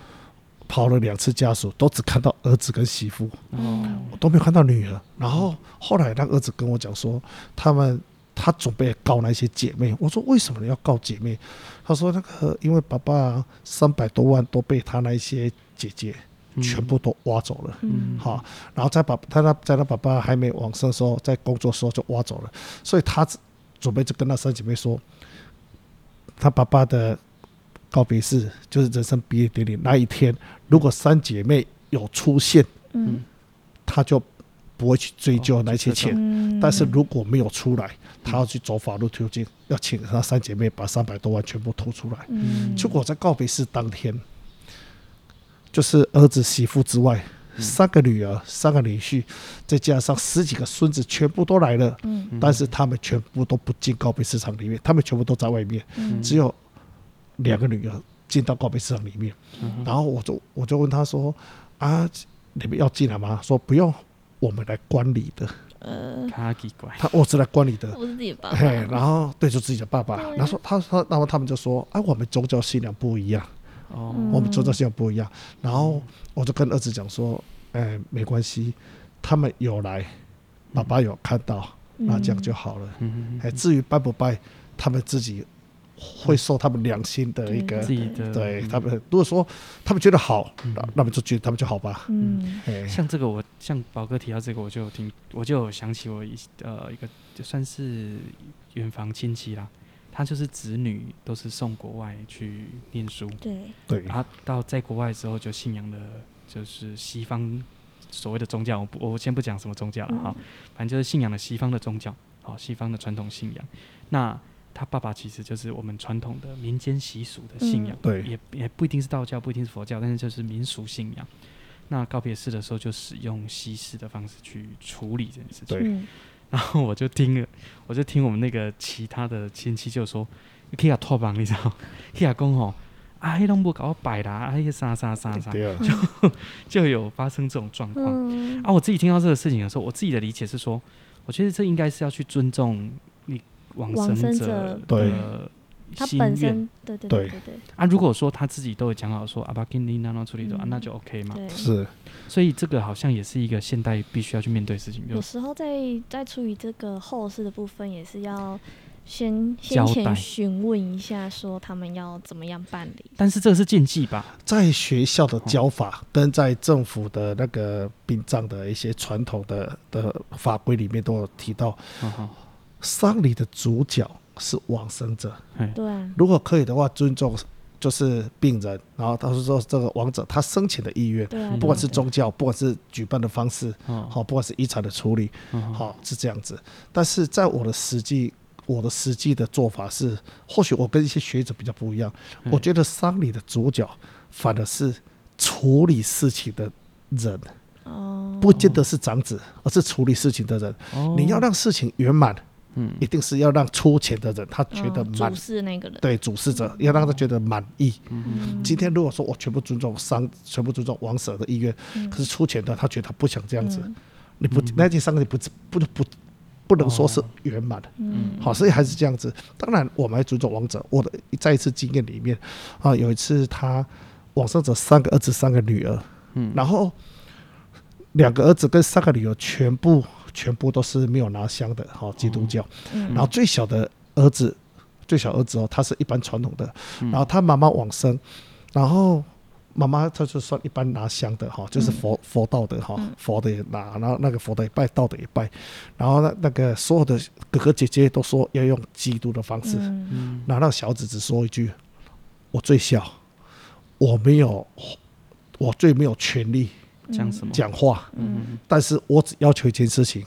Speaker 3: 跑了两次家属，都只看到儿子跟媳妇，
Speaker 1: 哦，
Speaker 3: 我都没有看到女儿。然后后来那个儿子跟我讲说，他们他准备告那些姐妹。我说为什么你要告姐妹？他说那个因为爸爸三百多万都被他那一些姐姐
Speaker 1: 嗯
Speaker 3: 全部都挖走了。
Speaker 1: 嗯
Speaker 3: 好，然后在爸他他在他爸爸还没往生的时候，在工作的时候就挖走了，所以他只准备就跟他三姐妹说，他爸爸的告别式就是人生毕业典礼那一天，如果三姐妹有出现，
Speaker 2: 嗯
Speaker 3: 他就不会去追究
Speaker 1: 哦
Speaker 3: 那些钱。
Speaker 2: 嗯，
Speaker 3: 但是如果没有出来，他要去走法律途径，要请他三姐妹把三百多万全部吐出来。
Speaker 2: 嗯
Speaker 3: 结果在告别式当天，就是儿子、媳妇之外，
Speaker 2: 嗯
Speaker 3: 三个女儿、三个女婿，再加上十几个孙子，全部都来了。
Speaker 2: 嗯
Speaker 3: 但是他们全部都不进告别市场里面，他们全部都在外面，
Speaker 2: 嗯
Speaker 3: 只有两个女儿进到告别市场里面。
Speaker 2: 嗯
Speaker 3: 然后我就我就问他说：“啊，你们要进来吗？”说不用，我们来观礼的。
Speaker 2: 呃，
Speaker 1: 卡嗯奇怪，
Speaker 3: 他我是来观礼的。
Speaker 2: 我自己吧，
Speaker 3: 嘿，然后对着自己的爸爸，
Speaker 2: 哦对
Speaker 3: 然后说他他，然后他们就说：“啊，我们宗教信仰不一样。”
Speaker 1: 哦，
Speaker 3: 我们做这些不一样。然后我就跟儿子讲说，哎、没关系，他们有来，爸爸有看到，那这样就好了。
Speaker 1: 嗯，
Speaker 3: 哎、至于拜不拜，他们自己会受他们良心的一个
Speaker 1: 自，己的
Speaker 3: 对
Speaker 1: 嗯
Speaker 3: 他们，如果说他们觉得好，那那么就觉得他们就好吧。
Speaker 2: 嗯
Speaker 3: 哎，
Speaker 1: [LAUGHS] 像这个我，像宝哥提到这个，我就有听，我就有想起我一呃一个就算是远房亲戚啦，他就是子女都是送国外去念书，
Speaker 2: 对，
Speaker 3: 对，
Speaker 1: 他啊到在国外之后就信仰了就是西方所谓的宗教，我不我先不讲什么宗教
Speaker 3: 嗯
Speaker 1: 了哈、反正就是信仰了西方的宗教，好、西方的传统信仰。那他爸爸其实就是我们传统的民间习俗的信仰，
Speaker 3: 嗯对
Speaker 1: 也也不一定是道教，不一定是佛教，但是就是民俗信仰。那告别式的时候就使用西式的方式去处理这件事情。
Speaker 3: 对啊
Speaker 2: 嗯
Speaker 1: 然后我就听了，我就听我们那个其他的亲戚就说，去啊托帮，你知道？去啊讲吼，啊，迄拢无搞我摆啦，啊，迄啥啥啥啥，
Speaker 3: 对啊，
Speaker 1: 就有发生这种状况。
Speaker 2: 嗯
Speaker 3: 哦
Speaker 1: 啊，我自己听到这个事情的时候，我自己的理解是说，我觉得这应该是要去尊重你往
Speaker 2: 往
Speaker 1: 生
Speaker 2: 生
Speaker 1: 者
Speaker 2: 者
Speaker 1: 的
Speaker 3: 对
Speaker 2: 他
Speaker 1: 心
Speaker 2: 本
Speaker 1: 愿
Speaker 2: 身对对
Speaker 3: 对
Speaker 2: 对对
Speaker 1: 啊。如果说他自己都有讲好说阿巴金尼那那处理的、啊，
Speaker 2: 嗯
Speaker 1: 那就 OK 嘛。
Speaker 2: 对，
Speaker 3: 是
Speaker 1: 所以这个好像也是一个现代必须要去面对的事情，就
Speaker 2: 有
Speaker 1: 是
Speaker 2: 时候在在处理这个后事的部分，也是要先
Speaker 1: 交
Speaker 2: 先
Speaker 1: 代
Speaker 2: 前询问一下，说他们要怎么样办理。
Speaker 1: 但是这个是禁忌吧？
Speaker 3: 在学校
Speaker 1: 嗯
Speaker 3: 的教法跟在政府的那个殡葬的一些传统的的法规里面都有提到，
Speaker 1: 好好，
Speaker 3: 丧礼的主角是往生者，
Speaker 1: 哎，
Speaker 2: 对啊，
Speaker 3: 如果可以的话，尊重就是病人，然后他是说这个亡者他生前的意愿，
Speaker 2: 对啊，
Speaker 1: 嗯
Speaker 2: 对
Speaker 3: 不管
Speaker 2: 啊
Speaker 3: 是宗教，不管是举办的方式，
Speaker 1: 好，
Speaker 3: 好，不管是遗产的处理，
Speaker 1: 好，
Speaker 3: 好是这样子。但是在我的实际，我的实际的做法是，或许我跟一些学者比较不一样，
Speaker 1: 嗯
Speaker 3: 我觉得丧礼的主角反而是处理事情的人，
Speaker 2: 哦，
Speaker 3: 不见得是长子，而是处理事情的人。
Speaker 1: 哦
Speaker 3: 你要让事情圆满，
Speaker 1: 嗯
Speaker 3: 一定是要让出钱的人他觉得
Speaker 2: 嗯
Speaker 3: 满
Speaker 2: 主，事那个人，
Speaker 3: 对主事者要让他觉得满意。
Speaker 2: 嗯，
Speaker 3: 今天如果说我全部尊重丧，全部尊重王舍的意愿，
Speaker 2: 嗯
Speaker 3: 可是出钱的他觉得他不想这样子，
Speaker 2: 嗯
Speaker 3: 你不那件丧礼不不不不能说是圆满的。
Speaker 2: 嗯
Speaker 3: 好，所以还是这样子。当然，我们还尊重王者。我的在一次经验里面，啊，有一次他往生者三个儿子三个女儿，
Speaker 1: 嗯
Speaker 3: 然后两个儿子跟三个女儿全部全部都是没有拿香的，好、基督教。
Speaker 2: 哦嗯
Speaker 3: 然后最小的儿子，最小儿子哦，他是一般传统的，
Speaker 2: 嗯
Speaker 3: 然后他妈妈往生，然后妈妈她就算一般拿香的哈，
Speaker 2: 嗯
Speaker 3: 就是佛、佛道的哈，佛的也拿，然后那个佛的也拜，道的也拜，然后那那个所有的哥哥姐姐都说要用基督的方式，
Speaker 2: 嗯
Speaker 1: 嗯
Speaker 3: 然后那个小子只说一句：“我最小，我没有，我最没有权利
Speaker 1: 讲什么？
Speaker 3: 讲话，
Speaker 1: 嗯，
Speaker 3: 但是我只要求一件事情，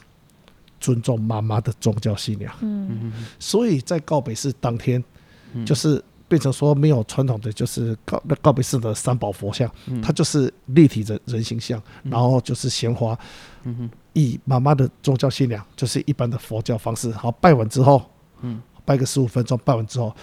Speaker 3: 尊重妈妈的宗教信仰。”
Speaker 2: 嗯
Speaker 1: 嗯嗯
Speaker 3: 所以在告北市当天，
Speaker 1: 嗯
Speaker 3: 就是变成说没有传统的，就是告那告北市的三宝佛像，
Speaker 1: 嗯
Speaker 3: 它就是立体人人形像，然后就是鲜花，
Speaker 1: 嗯嗯
Speaker 3: 以妈妈的宗教信仰，就是一般的佛教方式。好，拜完之后，
Speaker 1: 嗯，
Speaker 3: 拜个十五分钟，拜完之后。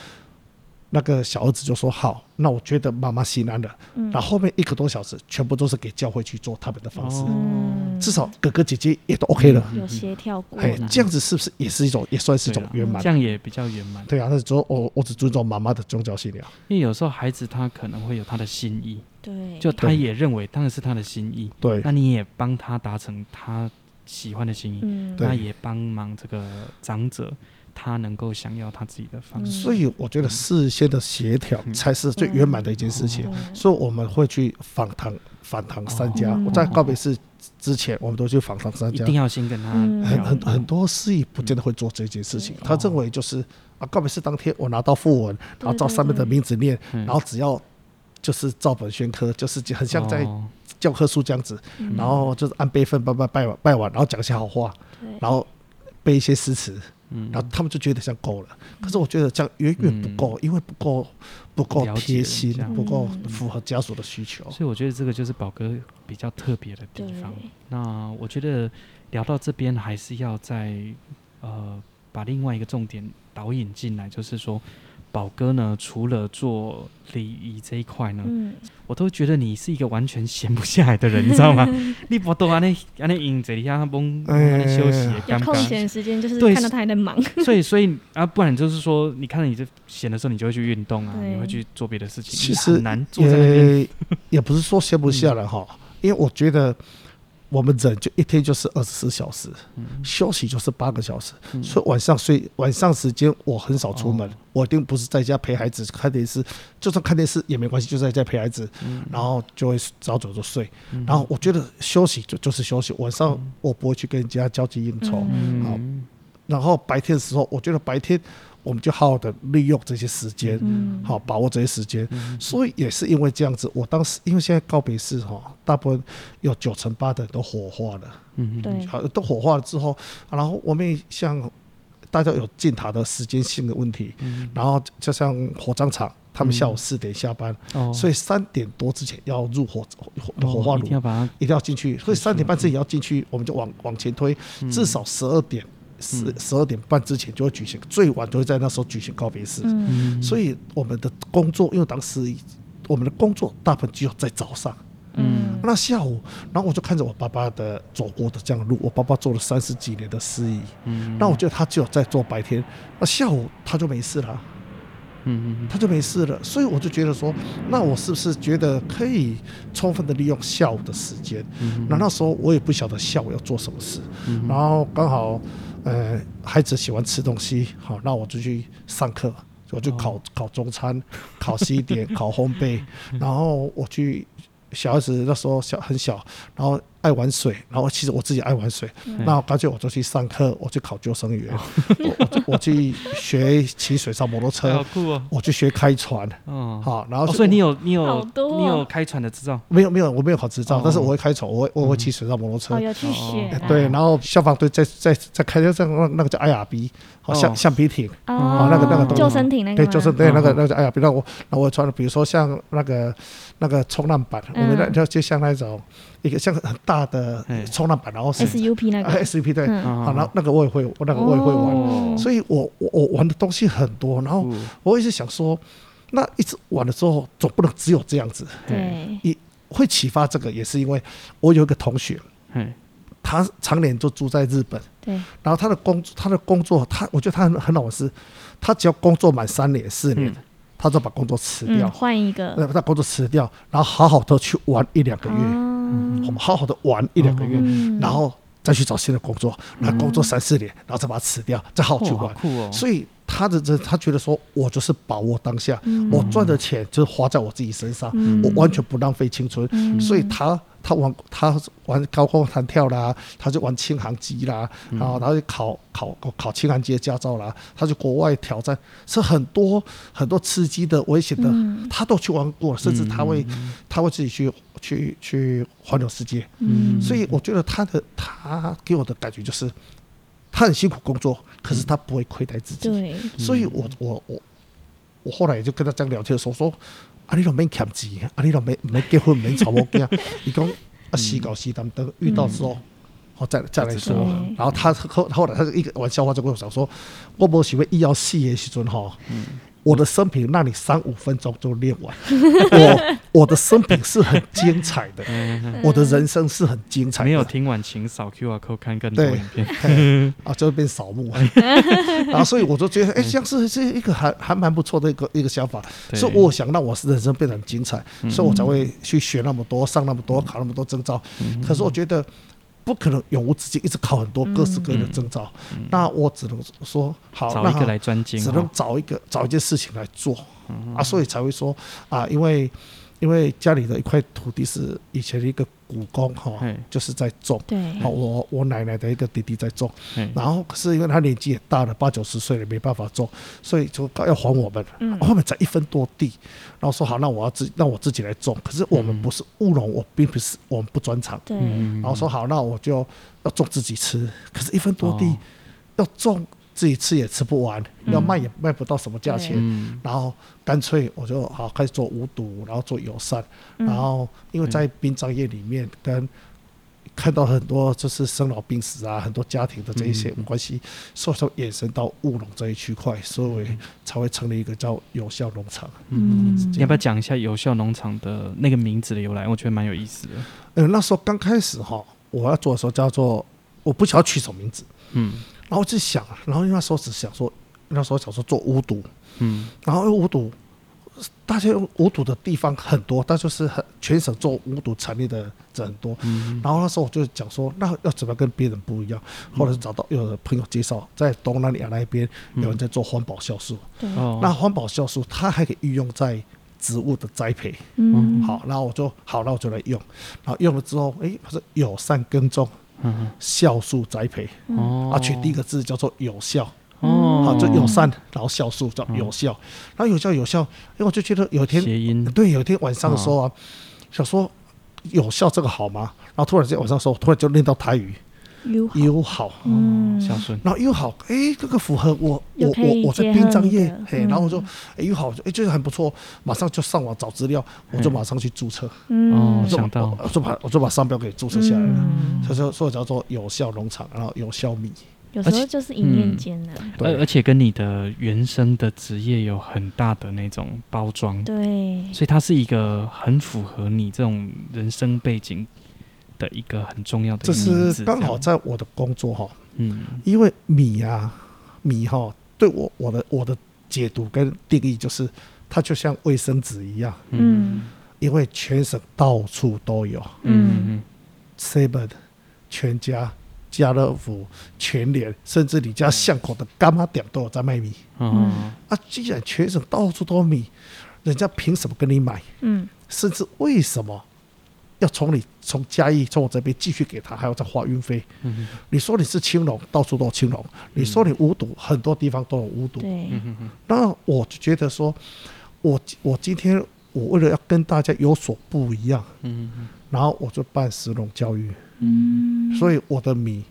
Speaker 3: 那个小儿子就说：“好，那我觉得妈妈心安了。
Speaker 2: 嗯
Speaker 3: 然后后面一个多小时，全部都是给教会去做他们的方
Speaker 1: 哦
Speaker 3: 式，
Speaker 2: 嗯，
Speaker 3: 哦至少哥哥姐姐也都 OK 了。
Speaker 1: 嗯
Speaker 2: 有协调过
Speaker 3: 嘿，
Speaker 2: 啦，
Speaker 3: 这样子是不是也是一种，也算是一种
Speaker 1: 对啦啊
Speaker 3: 圆满
Speaker 1: 这？样也比较圆满，
Speaker 3: 对啊，那时候我我只尊重妈妈的宗教信仰。
Speaker 1: 因为有时候孩子他可能会有他的心意，
Speaker 2: 对，
Speaker 1: 就他
Speaker 3: 对
Speaker 1: 也认为当然是他的心意，
Speaker 3: 对
Speaker 1: 那你也帮他达成他喜欢的心意，
Speaker 2: 嗯
Speaker 3: 对
Speaker 1: 那也帮忙这个长者他能够想要他自己的方式。
Speaker 3: 所以我觉得事先的协调
Speaker 1: 嗯
Speaker 3: 才是最圆满的一件事情。
Speaker 2: 对
Speaker 3: 所以我们会去访谈访谈三家。
Speaker 2: 嗯
Speaker 3: 我在告别式之前，我们都去访谈三
Speaker 1: 哦一
Speaker 3: 家。
Speaker 1: 定要先跟他
Speaker 2: 嗯
Speaker 1: 聊
Speaker 3: 很很很多司仪不见得会做这件事情，
Speaker 1: 嗯
Speaker 3: 他认为就是啊，告别式当天我拿到讣文，然后照上面的名字念，
Speaker 1: 嗯
Speaker 3: 然后只要就是照本宣科，就是很像在
Speaker 1: 哦嗯
Speaker 3: 教科书这样子，然后就是按辈分拜拜拜完拜完，然后讲一些好话，
Speaker 2: 对
Speaker 3: 然后背一些诗词，
Speaker 1: 嗯嗯
Speaker 3: 然后他们就觉得这样够了。可是我觉得这样远远不够，因为不够不够
Speaker 1: 了解
Speaker 3: 贴心
Speaker 1: 这样，
Speaker 3: 不够
Speaker 2: 嗯
Speaker 3: 符合家属的需求。
Speaker 1: 所以我觉得这个就是宝哥比较特别的地
Speaker 2: 对
Speaker 1: 方。那我觉得聊到这边，还是要再呃把另外一个重点导引进来，就是说宝哥呢，除了做礼仪这一块呢，
Speaker 2: 嗯
Speaker 1: 我都觉得你是一个完全闲不下来的人，你知道
Speaker 2: [LAUGHS]
Speaker 1: 吗？你不都安尼安尼用这里下崩
Speaker 3: 哎
Speaker 1: 安尼休息的
Speaker 2: 有
Speaker 1: 感
Speaker 2: 空
Speaker 1: 觉，
Speaker 2: 闲时间就是
Speaker 1: 对
Speaker 2: 看到他还在忙，
Speaker 3: 嗯
Speaker 1: 所以所以啊，不然就是说，你看到你这闲的时候，你就会去运动啊，
Speaker 2: 对
Speaker 1: 你会去做别的事情，
Speaker 3: 其
Speaker 1: 你
Speaker 3: 实
Speaker 1: 很难坐在那边。嗯
Speaker 3: 也也不是说闲不下来哈，因为我觉得我们人就一天就是二十四小时，
Speaker 1: 嗯
Speaker 3: 休息就是八个小时，
Speaker 1: 嗯
Speaker 3: 所以晚上睡晚上时间我很少出门
Speaker 1: 哦，
Speaker 3: 我一定不是在家陪孩子看电视，就算看电视也没关系，就在家陪孩子，
Speaker 1: 嗯
Speaker 3: 然后就会早早就睡。
Speaker 1: 嗯
Speaker 3: 然后我觉得休息就就是休息，晚上我不会去跟人家交际应酬，
Speaker 2: 嗯
Speaker 3: 好
Speaker 1: 嗯
Speaker 3: 然后白天的时候，我觉得白天我们就好好的利用这些时间，
Speaker 2: 嗯
Speaker 3: 好把握这些时间。
Speaker 1: 嗯
Speaker 3: 所以也是因为这样子，我当时因为现在告别式哈，大部分有九成八的人都火化了，
Speaker 1: 嗯，
Speaker 2: 对
Speaker 3: 好都火化了之后，然后我们也像大家有进塔的时间性的问题，
Speaker 1: 嗯
Speaker 3: 然后就像火葬场，他们下午四点下班，
Speaker 1: 哦，
Speaker 3: 所以三点多之前要入火火
Speaker 1: 哦
Speaker 3: 火
Speaker 1: 一
Speaker 3: 化炉
Speaker 1: 定。要把它
Speaker 3: 一定要进去，所以三点半之前要进去，我们就往往前推，至少十二点十十二点半之前就会举行，最晚就会在那时候举行告别式。
Speaker 2: 嗯
Speaker 1: 嗯
Speaker 3: 所以我们的工作，因为当时我们的工作大部分就在早上，
Speaker 1: 嗯
Speaker 3: 那下午，然后我就看着我爸爸的走过的这样的路，我爸爸做了三十几年的司仪，
Speaker 1: 嗯
Speaker 3: 那我觉得他只有在做白天，那下午他就没事了。
Speaker 1: 嗯嗯
Speaker 3: 他就没事了。所以我就觉得说，那我是不是觉得可以充分的利用下午的时间？
Speaker 1: 嗯，
Speaker 3: 那那时候我也不晓得下午要做什么事，
Speaker 1: 嗯
Speaker 3: 然后刚好，呃，孩子喜欢吃东西，好，那我就去上课，我
Speaker 1: 哦
Speaker 3: 就烤、烤
Speaker 1: [LAUGHS]
Speaker 3: 中餐，烤西点，烤烘焙，
Speaker 1: 嗯
Speaker 3: 然后我去。小孩子那时候小很小，然后爱玩水，然后其实我自己爱玩水，
Speaker 1: 嗯
Speaker 3: 那干脆我就去上课，我去考救生
Speaker 1: 哦
Speaker 3: 员，我我我去学骑水上摩托
Speaker 1: 好
Speaker 3: 车，
Speaker 1: 酷哦，
Speaker 3: 我去学开船，
Speaker 1: 哦，
Speaker 3: 好，然后
Speaker 1: 哦，
Speaker 3: 就、
Speaker 1: 所以你有你有
Speaker 2: 好多哦
Speaker 1: 你有开船的执照，
Speaker 3: 没有没有我没有考执照，
Speaker 1: 哦嗯
Speaker 3: 但是我会开船，我会我会骑水上摩托车，
Speaker 2: 哦，有去学
Speaker 3: 哎
Speaker 2: 啦，
Speaker 3: 对，然后消防队在在在开那个那个叫 IRB，好
Speaker 1: 哦
Speaker 3: 橡橡皮艇，
Speaker 2: 哦，
Speaker 3: 那个那个东西
Speaker 2: 救生艇那个
Speaker 3: 对，
Speaker 2: 吗
Speaker 3: 就是对
Speaker 1: 嗯
Speaker 3: 那个
Speaker 1: 嗯
Speaker 3: 那个叫 IRB，那我那我穿的，比如说像那个那个冲浪板，啊我
Speaker 2: 嗯
Speaker 3: 们那就就像那种一个像很大的
Speaker 1: 哎
Speaker 3: 冲浪板，然后是
Speaker 2: SUP 那个，
Speaker 3: SUP 对，
Speaker 2: 嗯
Speaker 1: 啊
Speaker 3: 好，那那个我也会，哎我那个我也会玩，
Speaker 1: 哦
Speaker 3: 所以我我我玩的东西很多，然后
Speaker 1: 酷
Speaker 3: 我一直想说，那一直玩的时候总不能只有这样子，哎
Speaker 2: 对，
Speaker 3: 会启发这个也是因为我有一个同学，
Speaker 1: 嘿，
Speaker 3: 他常年就住在日本。
Speaker 2: 对，
Speaker 3: 然后他的工他的工作，他我觉得他很很好玩是，他只要工作满三年四年，
Speaker 1: 嗯
Speaker 3: 他就把工作辞掉
Speaker 2: 嗯，，换一个，
Speaker 3: 那、他工作辞掉，然后好好的去玩一两个月，
Speaker 2: 哦
Speaker 3: 好好的玩一两个月，
Speaker 2: 嗯
Speaker 3: 然后再去找新的工作，那工作三四年，然后再把它辞掉，再好好去
Speaker 1: 哇
Speaker 3: 玩。
Speaker 1: 好酷哦，
Speaker 3: 所以他的这他觉得说，我就是把握当下，我赚的钱就是花在我自己身上，
Speaker 2: 嗯
Speaker 3: 我完全不浪费青春。
Speaker 2: 嗯
Speaker 3: 所以他他玩他玩高空弹跳啦，他就玩轻航机啦，然后他就考考考轻航机的驾照啦，他去国外挑战，是很多很多刺激的、危险的，
Speaker 2: 嗯
Speaker 3: 他都去玩过，甚至他会、他会自己去去去环游世界。
Speaker 2: 嗯
Speaker 3: 所以我觉得他的他给我的感觉就是，他很辛苦工作，可是他不会亏待自己。
Speaker 2: 对，
Speaker 3: 所以我我我我后来就跟他这样聊天的时候说，啊，你都免欠钱，啊，你都免免结婚，免娶某囝， [LAUGHS] 伊讲啊，是搞是当等遇到之后。好，再嗯再来说
Speaker 2: 对。
Speaker 3: 然后他后后来他一个玩笑话就跟我讲说，我无想要医药系的时阵吼，我的生平让你三五分钟就练完。我我的生平是很精彩的，我的人生是很精彩的。
Speaker 1: 没有听完，请扫 QR code 看更多
Speaker 3: 对
Speaker 1: 影片。
Speaker 3: 嘿啊，就会变扫
Speaker 1: [LAUGHS]
Speaker 3: 墓， [LAUGHS] 然后所以我就觉得，哎、这样是是一个还还蛮不错的一个一个想法，
Speaker 1: 嗯对嗯
Speaker 3: 所以我想让我人生变得很精彩，所以我才会去学那么多，上那么多，考那么多证照。
Speaker 1: 嗯
Speaker 3: 可是我觉得不可能永无止境，一直考很多各式各样的证照，那我只能说好，
Speaker 1: 嗯找
Speaker 3: 那
Speaker 1: 一个来专精
Speaker 3: 只能
Speaker 1: 哦，
Speaker 3: 找一个找一件事情来做
Speaker 1: 嗯
Speaker 3: 啊，所以才会说啊，因为因为家里的一块土地是以前的一个古宫哈
Speaker 1: 嘿，
Speaker 3: 就是在种。
Speaker 2: 对
Speaker 3: 好，，我我奶奶的一个弟弟在种，
Speaker 1: 嘿
Speaker 3: 然后可是因为他年纪也大了，八九十岁了，没办法种，所以就要还我们。
Speaker 2: 嗯
Speaker 3: 后面才一分多地，然后说好，那我要自让我自己来种。可是我们不是务农，我并不是我们不专长。
Speaker 2: 对，
Speaker 1: 嗯，
Speaker 3: 然后说好，那我就要种自己吃。可是，一分多地、
Speaker 1: 哦
Speaker 3: 要种自己吃也吃不完，要卖也卖不到什么价钱。
Speaker 1: 嗯，
Speaker 3: 然后干脆我就好开始做无毒，然后做友善，
Speaker 1: 嗯
Speaker 3: 然后因为在殡葬业里面跟看到很多就是生老病死啊，很多家庭的这一
Speaker 1: 嗯
Speaker 3: 些关系，所以说衍生到务农这一区块，所以我
Speaker 1: 嗯
Speaker 3: 也才会成立一个叫有效农场。
Speaker 2: 嗯
Speaker 1: 你要不要讲一下有效农场的那个名字的由来？我觉得蛮有意思的。
Speaker 3: 呃，那时候刚开始哈，我要做的时候叫做我不晓得取什么名字，
Speaker 1: 嗯
Speaker 3: 然后我就想，然后那时候只想说，那时候想说做无毒，
Speaker 1: 嗯
Speaker 3: 然后无毒，大家用无毒的地方很多，但就是很全省做无毒产业的人很多。
Speaker 1: 嗯
Speaker 3: 然后那时候我就讲说，那要怎么样跟别人不一样？后来就找到有的朋友介绍，在东南亚那边有人在做环保酵素，
Speaker 2: 对，
Speaker 1: 嗯哦，
Speaker 3: 那环保酵素它还可以运用在植物的栽培。
Speaker 2: 嗯，
Speaker 3: 好，那我就好，那我就来用，然后用了之后，诶，它是友善耕种、
Speaker 1: 嗯
Speaker 3: 酵素栽培，
Speaker 1: 嗯哦，
Speaker 3: 啊，取第一个字叫做有效。
Speaker 1: 哦，嗯
Speaker 3: 好，就啊友善，然后酵素叫有效，然后有效有效，因为我就觉得有一天
Speaker 1: 谐音嗯
Speaker 3: 对，有一天晚上的时候啊，想说有效这个好吗？然后突然间晚上的时候，突然就念到台语
Speaker 2: 友好，
Speaker 3: 友好，哦
Speaker 2: 嗯，
Speaker 1: 孝顺，
Speaker 3: 然后又好，哎，这个符合我我
Speaker 2: 又可
Speaker 3: 我
Speaker 2: 以
Speaker 3: 我在
Speaker 2: 结合
Speaker 3: 殡葬
Speaker 2: 你
Speaker 3: 业
Speaker 2: 的，
Speaker 3: 嘿，然后我
Speaker 1: 嗯
Speaker 3: 就哎又好，哎觉得很不错，马上就上网找资料，我就马上去注册，
Speaker 1: 哦
Speaker 2: 嗯，
Speaker 3: 我就
Speaker 1: 嗯想到
Speaker 3: 我我就把我就把商标给注册下来了，
Speaker 2: 嗯
Speaker 3: 所以说所以叫做有效农场，然后有效米，
Speaker 2: 有时
Speaker 1: 而
Speaker 2: 候
Speaker 1: 且
Speaker 2: 就是一念
Speaker 1: 嗯
Speaker 2: 间呐，
Speaker 1: 而
Speaker 3: 对
Speaker 1: 而且跟你的原生的职业有很大的那种包装，
Speaker 2: 对，
Speaker 1: 所以它是一个很符合你这种人生背景的一个很重要的
Speaker 3: 这
Speaker 1: 一个名
Speaker 3: 是
Speaker 1: 字
Speaker 3: 刚
Speaker 1: 这
Speaker 3: 好
Speaker 1: 样
Speaker 3: 在我的工作哈，
Speaker 1: 嗯
Speaker 3: 因为米啊米哈对我我的我的。解读跟定义就是，它就像卫生纸一样，
Speaker 2: 嗯
Speaker 3: 因为全省到处都有
Speaker 1: 嗯
Speaker 3: Seven、全家、家乐福、全联，甚至你家巷口的干妈店都有在卖米
Speaker 1: 嗯哦
Speaker 3: 啊。既然全省到处都有米，人家凭什么跟你买？
Speaker 2: 嗯
Speaker 3: 甚至为什么要从你从嘉义从我这边继续给他，还要再花运费？
Speaker 1: 嗯
Speaker 3: 你说你是青龙，到处都有青龙；你说你无毒，很多地方都有无毒。
Speaker 2: 对
Speaker 1: 嗯嗯嗯
Speaker 3: 那我就觉得说，我我今天我为了要跟大家有所不一样，
Speaker 1: 嗯嗯
Speaker 3: 然后我就办石农教育，
Speaker 2: 嗯
Speaker 3: 所以我的米，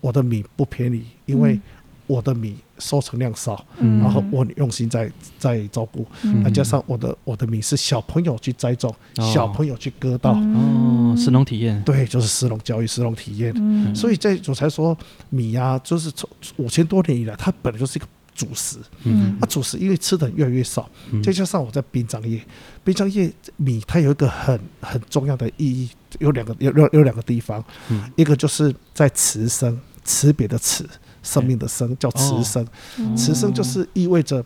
Speaker 3: 我的米不便宜，因为
Speaker 2: 嗯
Speaker 3: 我的米收成量少，
Speaker 2: 嗯
Speaker 3: 然后我很用心在在照顾，
Speaker 2: 嗯
Speaker 3: 再加上我的我的米是小朋友去栽种，
Speaker 1: 哦
Speaker 3: 小朋友去割稻，
Speaker 1: 嗯哦，神农体验，
Speaker 3: 对，就是石农教育、石农体验。
Speaker 2: 嗯
Speaker 3: 所以在我才说米呀、就是从五千多年以来，它本来就是一个主食。
Speaker 1: 嗯
Speaker 3: 那、主食因为吃的越来越少，
Speaker 1: 嗯
Speaker 3: 啊再加上我在殡葬业，殡葬业米它有一个很很重要的意义，有两个有有有两个地方，
Speaker 1: 嗯
Speaker 3: 一个就是在慈生，辞别的慈，生命的
Speaker 1: 哦
Speaker 3: 生叫慈生，
Speaker 2: 嗯
Speaker 3: 慈生就是意味着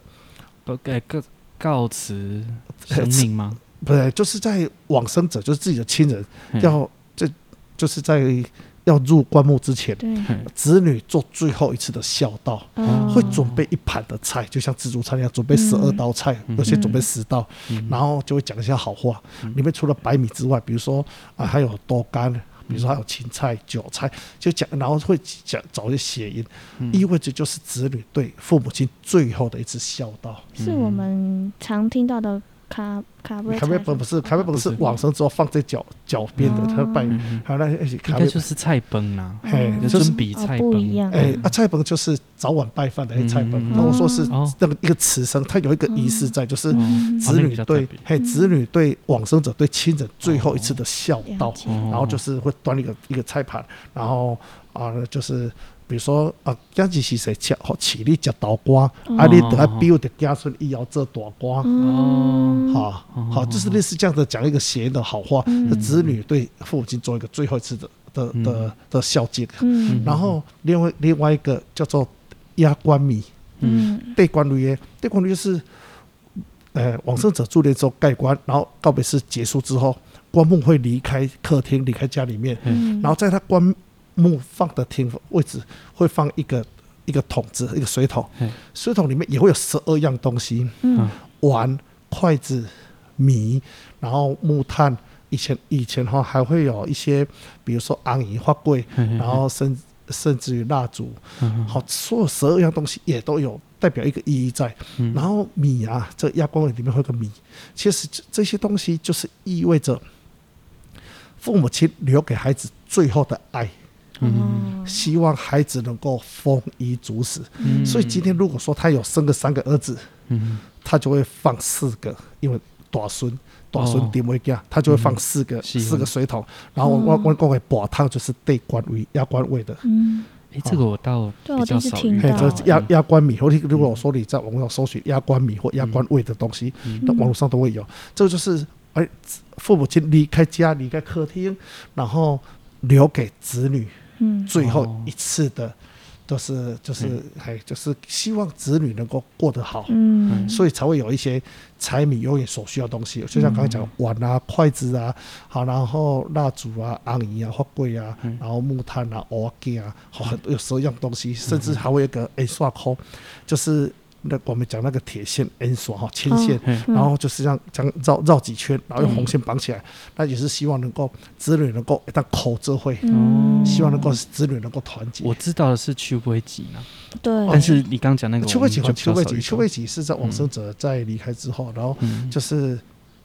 Speaker 1: 不给告告
Speaker 3: [LAUGHS]
Speaker 1: 辞
Speaker 3: 呃
Speaker 1: 生命吗？
Speaker 3: 不是就是在往生者，就是自己的亲人
Speaker 1: 嘿
Speaker 3: 要这就是在要入棺木之前，
Speaker 2: 对，
Speaker 1: 嘿
Speaker 3: 子女做最后一次的孝道。
Speaker 1: 哦
Speaker 3: 会准备一盘的菜，就像自助餐一样，准备十二道菜，
Speaker 1: 嗯
Speaker 3: 有些准备十道，
Speaker 1: 嗯
Speaker 3: 然后就会讲一些好话。
Speaker 1: 嗯
Speaker 3: 里面除了白米之外，比如说啊，还有豆干，比
Speaker 1: 嗯
Speaker 3: 如说还有芹菜、韭菜，就讲，然后会讲找一些谐音，
Speaker 1: 嗯
Speaker 3: 意味着就是子女对父母亲最后的一次孝道。
Speaker 2: 是我们常听到的卡卡布
Speaker 3: 咖啡本不是咖啡本是往生之后放在脚脚边的，
Speaker 2: 哦
Speaker 3: 他拜
Speaker 1: 嗯嗯，
Speaker 3: 还有那些
Speaker 1: 应
Speaker 3: 咖
Speaker 1: 该
Speaker 3: 啡
Speaker 1: 就。是菜崩啦，
Speaker 3: 嘿
Speaker 2: 哦，
Speaker 3: 就是
Speaker 1: 尊比菜
Speaker 2: 哦不
Speaker 1: 崩
Speaker 2: 一样
Speaker 3: 哎、啊，菜本就是早晚拜饭的那个菜本，
Speaker 1: 嗯
Speaker 3: 然后说是
Speaker 1: 哦
Speaker 3: 那个一个词声，它有一个
Speaker 2: 嗯
Speaker 3: 仪式在，就是
Speaker 1: 哦
Speaker 3: 子
Speaker 1: 那个比
Speaker 3: 女
Speaker 1: 较
Speaker 3: 对
Speaker 1: 特别
Speaker 3: 嘿子女对往生者对亲人最后一次的孝道
Speaker 2: 了，解
Speaker 1: 哦
Speaker 3: 然后就是会端一个一个菜盘，然后啊、就是比如说啊，家己是谁吃好起立吃豆瓜，
Speaker 2: 哦
Speaker 3: 啊你等下表的家孙以后做大瓜，
Speaker 2: 嗯
Speaker 1: 哦
Speaker 3: 好好，就是类似这样的讲一个谐音的好话，是子女对父母亲做一个最后一次的的的的孝敬。
Speaker 2: 嗯
Speaker 3: 然后另外另外一个叫做压棺米，
Speaker 2: 嗯
Speaker 3: 对棺履约，对棺履约是，呃，往生者住殓之后盖棺，然后告别式结束之后，棺木会离开客厅，离开家里面，
Speaker 2: 嗯
Speaker 3: 然后在他棺木放的停位置会放一个一个桶子，一个水桶，
Speaker 1: 嘿
Speaker 3: 水桶里面也会有十二样东西，
Speaker 1: 嗯
Speaker 3: 碗、筷子、米，然后木炭。以前以前哈还会有一些，比如说昂姨、花柜，
Speaker 1: 嘿嘿
Speaker 3: 然后甚甚至于蜡烛，
Speaker 1: 嗯
Speaker 3: 好，所有十二样东西也都有代表一个意义在。
Speaker 1: 嗯
Speaker 3: 然后米啊，这亚光里面会有个米，其实这这些东西就是意味着父母亲留给孩子最后的爱，
Speaker 2: 嗯
Speaker 3: 希望孩子能够丰衣足食。
Speaker 1: 嗯
Speaker 3: 所以今天如果说他有生个三个儿子，
Speaker 1: 嗯
Speaker 3: 他就会放四个，因为大孙。大孙
Speaker 1: 哦嗯
Speaker 3: 丁维亚，他就会放四个、
Speaker 1: 是嗯
Speaker 3: 四个水桶，然后我我我我给煲汤就是对官位压官位的，
Speaker 2: 嗯
Speaker 1: 哎，这
Speaker 3: 哦
Speaker 1: 个我倒
Speaker 2: 对我
Speaker 1: 比较
Speaker 2: 第一次
Speaker 1: 少
Speaker 2: 听
Speaker 1: 遇
Speaker 3: 嘿
Speaker 1: 到，
Speaker 2: 到
Speaker 3: 这是压压关米，或者
Speaker 1: 嗯
Speaker 3: 如果我说你在网上搜寻压关米或压关味的东西，
Speaker 1: 嗯
Speaker 3: 那网络上都会有。这个就是哎，父母亲离开家，离开客厅，然后留给子女
Speaker 2: 嗯
Speaker 3: 最后
Speaker 1: 哦嗯
Speaker 3: 一次的，都是就是哎，就是希望子女能够过得好。
Speaker 2: 嗯
Speaker 3: 所以才会有一些柴米油盐所需要的东西，就像刚才讲碗啊、筷子啊，好，然后蜡烛啊、昂姨啊、花柜啊，然后木炭啊、蚵仔啊，好，很多有十二样东西，甚至还会有一个 N 刷扣，就是那我们讲那个铁线 N 刷哈，牵线
Speaker 2: 哦。
Speaker 1: 嘿
Speaker 3: 然后就是这样，这样绕绕几圈，然后用红线绑起来。那也是希望能够子女能够一旦口这会，
Speaker 2: 嗯
Speaker 3: 希望能够子女能够团结。
Speaker 1: 我知道的是秋波吉呢，
Speaker 3: 哦
Speaker 2: 对，
Speaker 1: 但是你刚讲那个
Speaker 3: 邱慧姐和邱慧姐，邱
Speaker 1: 秋
Speaker 3: 慧
Speaker 1: 波
Speaker 3: 姐是在往生者在离开之后，然后
Speaker 1: 嗯
Speaker 3: 就是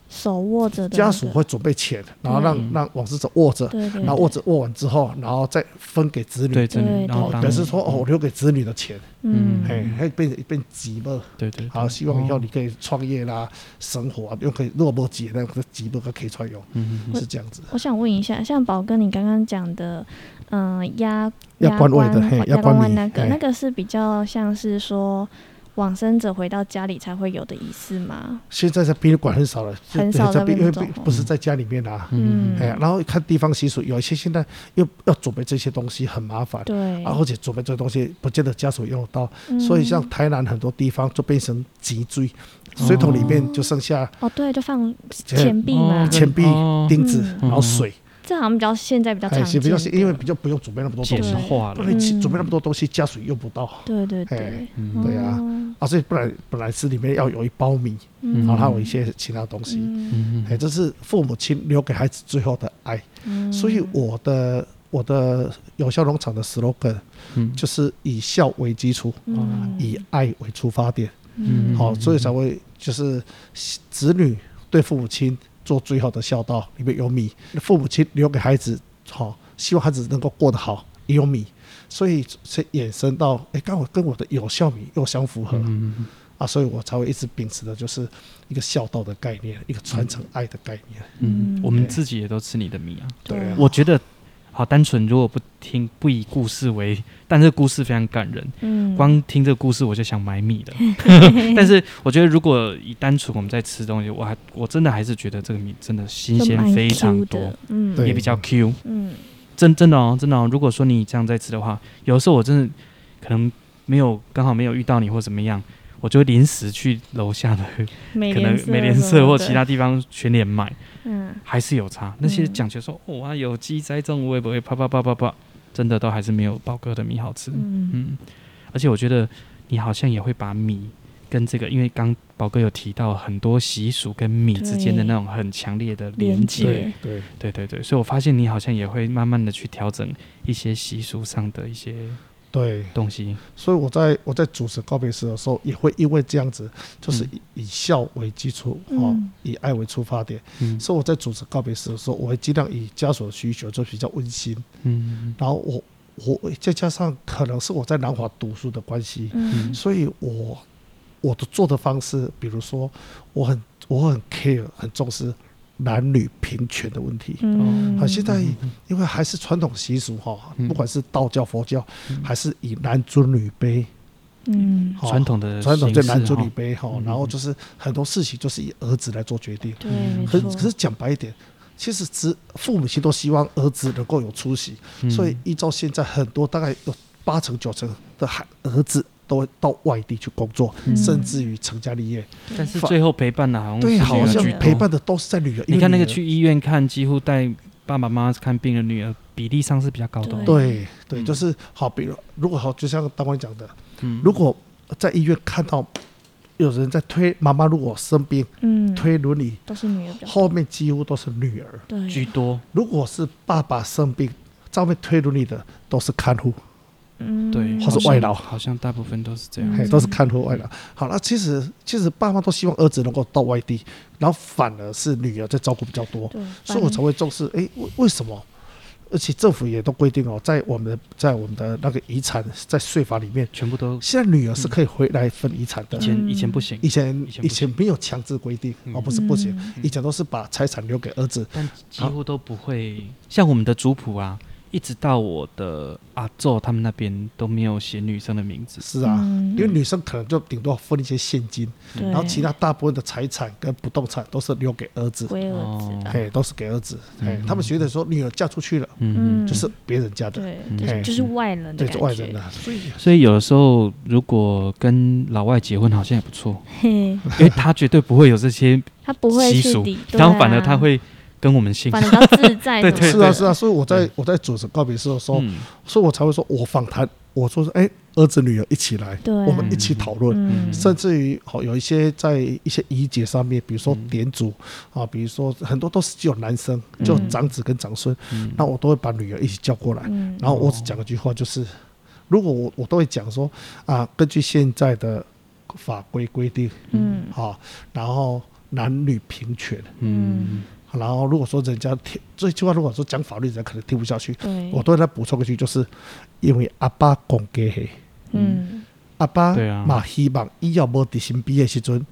Speaker 2: 手握着的
Speaker 3: 家属会准备钱，然后让让往事者握着，
Speaker 2: 对对，
Speaker 3: 然后握着握完之后，然后再分给子女
Speaker 1: 对，，真的，
Speaker 2: 对
Speaker 1: 然嗯后
Speaker 2: 对
Speaker 1: 当
Speaker 3: 表示说哦，我留给子女的钱，
Speaker 2: 嗯
Speaker 3: 嘿，还变变急嘛，
Speaker 1: 对对，对
Speaker 3: 好，希望以后
Speaker 1: 哦
Speaker 3: 你可以创业啦，生活啊，又可以若没急，那个急不可以穿用，
Speaker 1: 嗯嗯嗯
Speaker 3: 是这样子。
Speaker 2: 我想问一下，像宝哥你刚刚讲的，嗯、压
Speaker 3: 压
Speaker 2: 压
Speaker 3: 官位的嘿
Speaker 2: 压
Speaker 3: 压官
Speaker 2: 位
Speaker 3: 米
Speaker 2: 那个，
Speaker 3: 嘿
Speaker 2: 那个是比较像是说往生者回到家里才会有的仪式吗？
Speaker 3: 现在在殡仪馆很少了，
Speaker 2: 很少
Speaker 3: 在
Speaker 2: 在
Speaker 3: 殡，因
Speaker 2: 那
Speaker 3: 为
Speaker 2: 种
Speaker 3: 不是在家里面啊。
Speaker 2: 嗯
Speaker 3: 哎呀，然后看地方习俗，有一些现在又要准备这些东西很麻烦，
Speaker 2: 对，
Speaker 3: 啊，而且准备这些东西不见得家属用得到，所以像
Speaker 2: 嗯
Speaker 3: 台南很多地方就变成脊椎，水桶里面就剩下
Speaker 2: 哦对，就放
Speaker 3: 这
Speaker 2: 钱币嘛，
Speaker 3: 钱币
Speaker 1: 哦
Speaker 3: 钉子，
Speaker 2: 嗯
Speaker 3: 然后水，
Speaker 2: 这好像比较现在比较常
Speaker 3: 哎，是
Speaker 2: 见
Speaker 3: 比较
Speaker 2: 的，
Speaker 3: 是因为比较不用准备那么多
Speaker 1: 简
Speaker 3: 东西，
Speaker 1: 嗯化
Speaker 3: 不
Speaker 1: 了，
Speaker 3: 然你
Speaker 2: 嗯
Speaker 3: 准备那么多东西，家属用不到
Speaker 2: 对对对
Speaker 3: 哎，
Speaker 1: 嗯
Speaker 3: 对啊
Speaker 2: 哦
Speaker 3: 啊，所以本来本来是里面要有一包米，
Speaker 2: 嗯
Speaker 3: 然后还有一些其他东西，
Speaker 2: 嗯
Speaker 1: 嗯
Speaker 3: 哎，这是父母亲留给孩子最后的爱，
Speaker 2: 嗯
Speaker 3: 所以我的。我的有效农场的 slogan
Speaker 1: 嗯
Speaker 3: 就是以孝为基础，
Speaker 2: 嗯
Speaker 3: 以爱为出发点。
Speaker 1: 嗯
Speaker 3: 好、所以才会就是子女对父母亲做最后的孝道，里面有米，父母亲留给孩子，好、希望孩子能够过得好，也有米，所以才衍生到，哎、刚好跟我的有效米又相符合、
Speaker 1: 嗯
Speaker 3: 啊，所以我才会一直秉持的就是一个孝道的概念，一个传承爱的概念。
Speaker 1: 嗯，我们
Speaker 3: 对
Speaker 1: 自己也都吃你的米啊。
Speaker 3: 对啊
Speaker 1: 我觉得好单纯，如果不听不以故事为，但这个故事非常感人，
Speaker 2: 嗯
Speaker 1: 光听这个故事我就想买米了。但是我觉得，如果以单纯我们在吃东西，我还我真的还是觉得这个米真的新
Speaker 2: 就蛮
Speaker 1: 鲜非常
Speaker 2: Q
Speaker 1: 多
Speaker 2: 的，，嗯，
Speaker 3: 对
Speaker 1: 也比较 Q。
Speaker 2: 嗯
Speaker 1: 真真的哦，真的哦。如果说你这样在吃的话，有的时候我真的可能没有刚好没有遇到你或怎么样，我就会临时去楼下的
Speaker 2: 美
Speaker 1: 可能
Speaker 2: 色
Speaker 1: 美联
Speaker 2: 什
Speaker 1: 社
Speaker 2: 么
Speaker 1: 或
Speaker 2: 的
Speaker 1: 其他地方全联买，
Speaker 2: 嗯
Speaker 1: 还是有差。那些
Speaker 2: 嗯
Speaker 1: 讲究说、哦哇有机栽种，我也不会啪啪啪啪啪，真的都还是没有豹哥的米好吃。
Speaker 2: 嗯
Speaker 1: 嗯，而且我觉得你好像也会把米跟这个，因为刚宝哥有提到很多习俗跟米之间的
Speaker 2: 对
Speaker 1: 那种很强烈的
Speaker 2: 连
Speaker 1: 连
Speaker 2: 结
Speaker 1: 接，
Speaker 2: 对
Speaker 3: 对，
Speaker 1: 对对对，所以我发现你好像也会慢慢的去调整一些习俗上的一些
Speaker 3: 对，
Speaker 1: 东西。
Speaker 3: 所以我在我在主持告别式的时候，也会因为这样子，
Speaker 1: 嗯
Speaker 3: 就是以、以孝为基础，哦，
Speaker 2: 嗯
Speaker 3: 以爱为出发点，
Speaker 1: 嗯
Speaker 3: 所以我在主持告别式的时候，我会尽量以家属的需求就比较温馨，
Speaker 1: 嗯
Speaker 3: 然后我我再加上可能是我在南华读书的关系，
Speaker 2: 嗯
Speaker 3: 所以我我的做的方式，比如说我很我很 care 很重视男女平权的问题。
Speaker 2: 嗯
Speaker 3: 啊，现在因为还是传统习俗哈，
Speaker 1: 嗯
Speaker 3: 不管是道教、佛教，
Speaker 1: 嗯
Speaker 3: 还是以男尊女卑，
Speaker 2: 嗯
Speaker 3: 哈
Speaker 1: 传统的
Speaker 3: 哦传统
Speaker 1: 形
Speaker 3: 对
Speaker 1: 式
Speaker 3: 男尊
Speaker 1: 哈
Speaker 3: 女卑哈
Speaker 1: 嗯，
Speaker 3: 然后就是很多事情就是以儿子来做决定，
Speaker 2: 对，
Speaker 1: 嗯
Speaker 2: 没
Speaker 3: 可
Speaker 2: 错，
Speaker 3: 可是讲白一点，其实子父母亲都希望儿子能够有出息，
Speaker 1: 嗯
Speaker 3: 所以依照现在很多大概有八成九成的孩儿子都会到外地去工作，
Speaker 1: 嗯
Speaker 3: 甚至于成家立业。
Speaker 1: 但是最后陪伴的好像
Speaker 3: 对，
Speaker 1: 是
Speaker 3: 好
Speaker 1: 女儿
Speaker 3: 像
Speaker 1: 居多
Speaker 3: 陪伴的都是在旅游。因
Speaker 1: 你
Speaker 3: 为
Speaker 1: 看那
Speaker 3: 女
Speaker 1: 个
Speaker 3: 儿，
Speaker 1: 去医院看，几乎带爸爸妈妈看病的女儿比例上是比较高的哦。
Speaker 3: 对对，
Speaker 1: 嗯
Speaker 3: 就是好，比如如果好，就像当官讲的，
Speaker 1: 嗯
Speaker 3: 如果在医院看到有人在推妈妈，如果生病
Speaker 2: 嗯，
Speaker 3: 推轮椅，
Speaker 2: 都是女的比较
Speaker 3: 后面几乎都是女儿；
Speaker 2: 对，
Speaker 1: 居多，
Speaker 3: 如果是爸爸生病，上面推轮椅的都是看护。
Speaker 2: 嗯
Speaker 1: 对，
Speaker 3: 或是
Speaker 1: 好像
Speaker 3: 外劳
Speaker 1: 好像大部分都是这样。
Speaker 2: 嗯
Speaker 3: 嘿，啊都是看户外的。好了，其实其实爸妈都希望儿子能够到外地，然后反而是女儿在照顾比较多，
Speaker 2: 对，
Speaker 3: 所以我才会重视。诶，为为什么？而且政府也都规定哦，在我们的在我们的那个遗产在税法里面，
Speaker 1: 全部都
Speaker 3: 现在女儿是可以回来分遗产的
Speaker 1: 以。前
Speaker 2: 嗯
Speaker 1: 以前不行
Speaker 3: 以，前
Speaker 1: 以前不行
Speaker 3: 以前没有强制规定，
Speaker 1: 嗯
Speaker 3: 哦，不是不行，
Speaker 2: 嗯
Speaker 3: 以前都是把财产留给儿子。
Speaker 1: 但几乎都不会。像我们的族谱啊，一直到我的阿昼他们那边都没有写女生的名字。
Speaker 3: 是啊，
Speaker 2: 嗯
Speaker 3: 因为女生可能就顶多分一些现金，
Speaker 2: 对
Speaker 3: 然后其他大部分的财产跟不动产都是留给儿子。
Speaker 2: 龟儿
Speaker 1: 哦
Speaker 2: 子的，
Speaker 3: 哎，都是给儿子，哎、
Speaker 1: 嗯
Speaker 3: 他们觉得说女儿嫁出去了，
Speaker 1: 嗯，
Speaker 2: 嗯
Speaker 3: 就是别人家的，
Speaker 2: 对，
Speaker 1: 嗯
Speaker 2: 就是就是外人的
Speaker 3: 对，
Speaker 2: 感
Speaker 3: 是
Speaker 2: 觉，
Speaker 3: 外人的，所以
Speaker 1: 所以有的时候如果跟老外结婚，好像也不错，
Speaker 2: 嘿，
Speaker 3: 嗯
Speaker 1: 因为他绝对不会有这些，
Speaker 2: 他不会
Speaker 1: 习
Speaker 2: 去
Speaker 1: 俗
Speaker 2: 理，对
Speaker 1: 然后反而
Speaker 2: 啊
Speaker 1: 他，会跟我们姓。 [LAUGHS]
Speaker 2: 反而比较自在
Speaker 1: 对
Speaker 2: 什
Speaker 1: [LAUGHS] 对
Speaker 2: 么的，
Speaker 3: 是啊是啊，所以我在我在主持告别式的时候，
Speaker 1: 嗯
Speaker 3: 所以我才会说我访谈，我说是哎、儿子女儿一起来，
Speaker 2: 对啊
Speaker 3: 我们一起讨论。
Speaker 2: 嗯，
Speaker 3: 甚至于好有一些在一些仪节上面，比如说
Speaker 1: 嗯
Speaker 3: 点主、啊，比如说很多都是只有男生，就
Speaker 2: 嗯
Speaker 3: 长子跟长孙，
Speaker 1: 嗯
Speaker 3: 那我都会把女儿一起叫过来，
Speaker 2: 嗯
Speaker 3: 然后我只讲一句话，就是如果我我都会讲说啊，根据现在的法规规定，
Speaker 2: 嗯
Speaker 3: 啊，然后男女平权，
Speaker 1: 嗯
Speaker 3: 然后如果说人家听这句话，如果说讲法律，人家可能听不下去，
Speaker 2: 对，
Speaker 3: 我都会再补充一句，就是因为阿爸讲给黑，
Speaker 2: 嗯
Speaker 3: 阿爸
Speaker 1: 对啊
Speaker 3: 嘛希望以后无伫身边的时阵，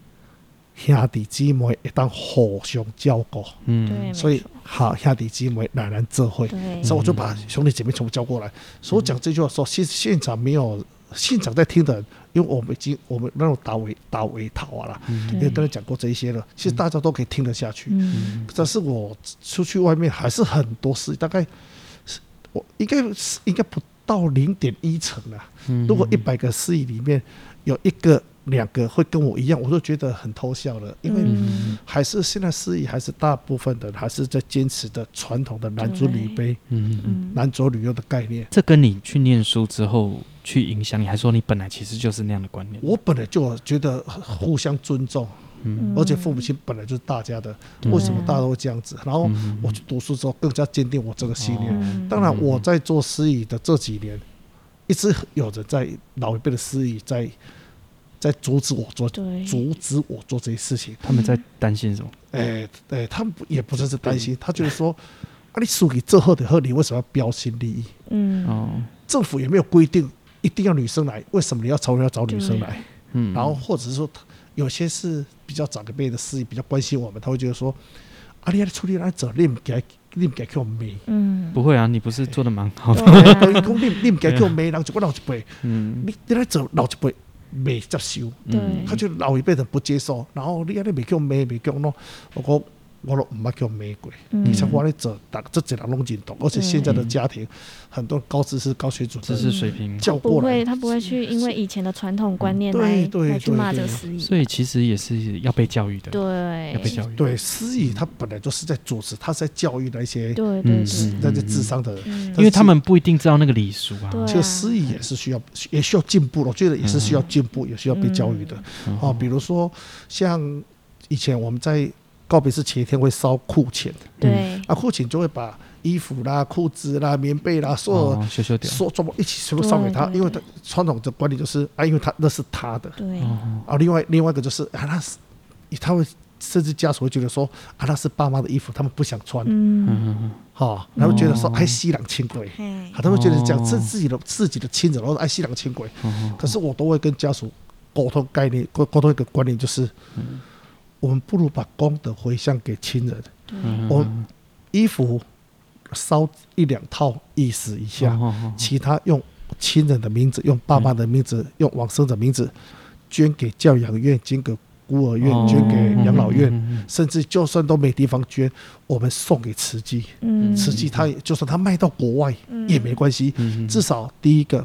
Speaker 3: 兄弟姊妹会当互相照顾，
Speaker 1: 嗯
Speaker 2: 对，
Speaker 3: 所以
Speaker 2: 没错
Speaker 3: 好兄弟姊妹两人这会。
Speaker 2: 对，嗯
Speaker 3: 所以我就把兄弟姐妹全部叫过来。所以我讲这句话的时候，现现场没有现场在听的人，因为我们已经我们那种打围打围讨啊啦，
Speaker 1: 嗯
Speaker 2: 对
Speaker 3: 也跟他讲过这一些了，其实大家都可以听得下去。
Speaker 2: 嗯
Speaker 3: 但是我出去外面还是很多事，大概是我应该是应该不到零点一成啊。
Speaker 1: 嗯
Speaker 3: 如果一百个司仪里面有一个、两个会跟我一样，我都觉得很偷笑了，因为
Speaker 2: 嗯
Speaker 3: 还是现在司仪还是大部分的人还是在坚持的传统的男主女卑、
Speaker 1: 嗯嗯，
Speaker 2: 嗯
Speaker 3: 男左女右的概念。
Speaker 1: 这跟你去念书之后去影响你，还说你本来其实就是那样的观念。
Speaker 3: 我本来就觉得互相尊重，
Speaker 1: 嗯
Speaker 3: 而且父母亲本来就是大家的，
Speaker 1: 嗯
Speaker 3: 为什么大家都会这样子？然后
Speaker 1: 嗯
Speaker 3: 我去读书之后，更加坚定我这个信念。
Speaker 2: 嗯
Speaker 3: 当然，我在做司仪的这几年，一直有人在老一辈的司仪在在阻止我做，
Speaker 2: 对
Speaker 3: 阻止我做这些事情。
Speaker 1: 他们在担心什么？
Speaker 3: 哎、哎、他们不也不是是担心，他就是说，啊，你输给这后的后，你为什么要标新立异？
Speaker 2: 嗯
Speaker 1: 哦，
Speaker 3: 政府也没有规定一定要女生来，为什么你要朝人要找女生来？
Speaker 1: 嗯，
Speaker 3: 然后或者是说，他有些是比较长辈的司仪比较关心我们，他会觉得说，啊，你还处理那走，你唔该，你唔该给我妹。
Speaker 2: 嗯
Speaker 1: 不会啊，你不是做的蛮 [LAUGHS] 好的，
Speaker 2: 对啊
Speaker 3: 等于讲你你唔该叫骂人，就我老一辈，
Speaker 1: 嗯
Speaker 3: 你你来做老一辈未接受，
Speaker 2: 对
Speaker 3: 他就老一辈人不接受，然后你安尼未叫骂，未叫弄，我讲我都唔捌叫骂过，而
Speaker 2: 嗯
Speaker 3: 且我咧做，大这几人拢认同，而且现在的家庭很多高知识、高水准
Speaker 1: 知
Speaker 3: 的
Speaker 1: 识水平。
Speaker 3: 叫
Speaker 2: 不
Speaker 3: 过来
Speaker 2: 会，，他不会去因为以前的传统观念
Speaker 3: 对
Speaker 2: 来
Speaker 3: 对
Speaker 2: 来去
Speaker 3: 对
Speaker 2: 骂这
Speaker 3: 对
Speaker 2: 个司仪，
Speaker 1: 所以其实也是要被教育的，
Speaker 2: 对
Speaker 1: 要被教育。，
Speaker 3: 对司仪他本来就是在主持，他是在教育那些
Speaker 2: 对对
Speaker 1: 是
Speaker 2: 对，
Speaker 3: 那些智商的人，
Speaker 2: 嗯
Speaker 1: 因为他们不一定知道那个礼俗啊。
Speaker 2: 对
Speaker 3: 其实司仪也是需要也需要进步的，我觉得也是需要
Speaker 2: 嗯
Speaker 3: 进步，也需要被教育的。
Speaker 1: 嗯
Speaker 3: 哦，比如说像以前我们在告别式前一天会烧库钱，
Speaker 2: 对
Speaker 3: 啊，库钱就会把衣服啦、裤子啦、棉被啦，所有
Speaker 1: 哦，修修掉。
Speaker 3: 所有全部一起全部烧给他，
Speaker 2: 对对
Speaker 3: 因为他传统的管理就是啊，因为他那是他的
Speaker 2: 对
Speaker 1: 哦，
Speaker 3: 啊。另外另外一个就是啊，那是他会甚至家属会觉得说啊，那是爸妈的衣服，他们不想穿，
Speaker 2: 嗯，
Speaker 1: 嗯
Speaker 3: 哈，然后觉得说
Speaker 1: 哦
Speaker 3: 哎，西凉轻轨。
Speaker 2: 嘿
Speaker 3: 啊，他们觉得讲
Speaker 1: 哦
Speaker 3: 这自己的自己的亲人，然后爱西凉轻轨，
Speaker 1: 嗯嗯，
Speaker 3: 可是我都会跟家属沟通概念，沟沟通一个观念，就是
Speaker 1: 嗯
Speaker 3: 我们不如把功德回向给亲人，
Speaker 2: 对
Speaker 1: 嗯
Speaker 3: 我衣服烧一两套，意思一
Speaker 1: 哦
Speaker 3: 下，其他用亲人的名字，用爸妈的名字，用往生者名字捐给教养院，捐给孤儿院，捐给养老院。
Speaker 1: 院
Speaker 3: 甚至就算都没地方捐，我们送给慈济，
Speaker 2: 嗯
Speaker 3: 慈济他也就算他卖到国外也没关系，至少第一个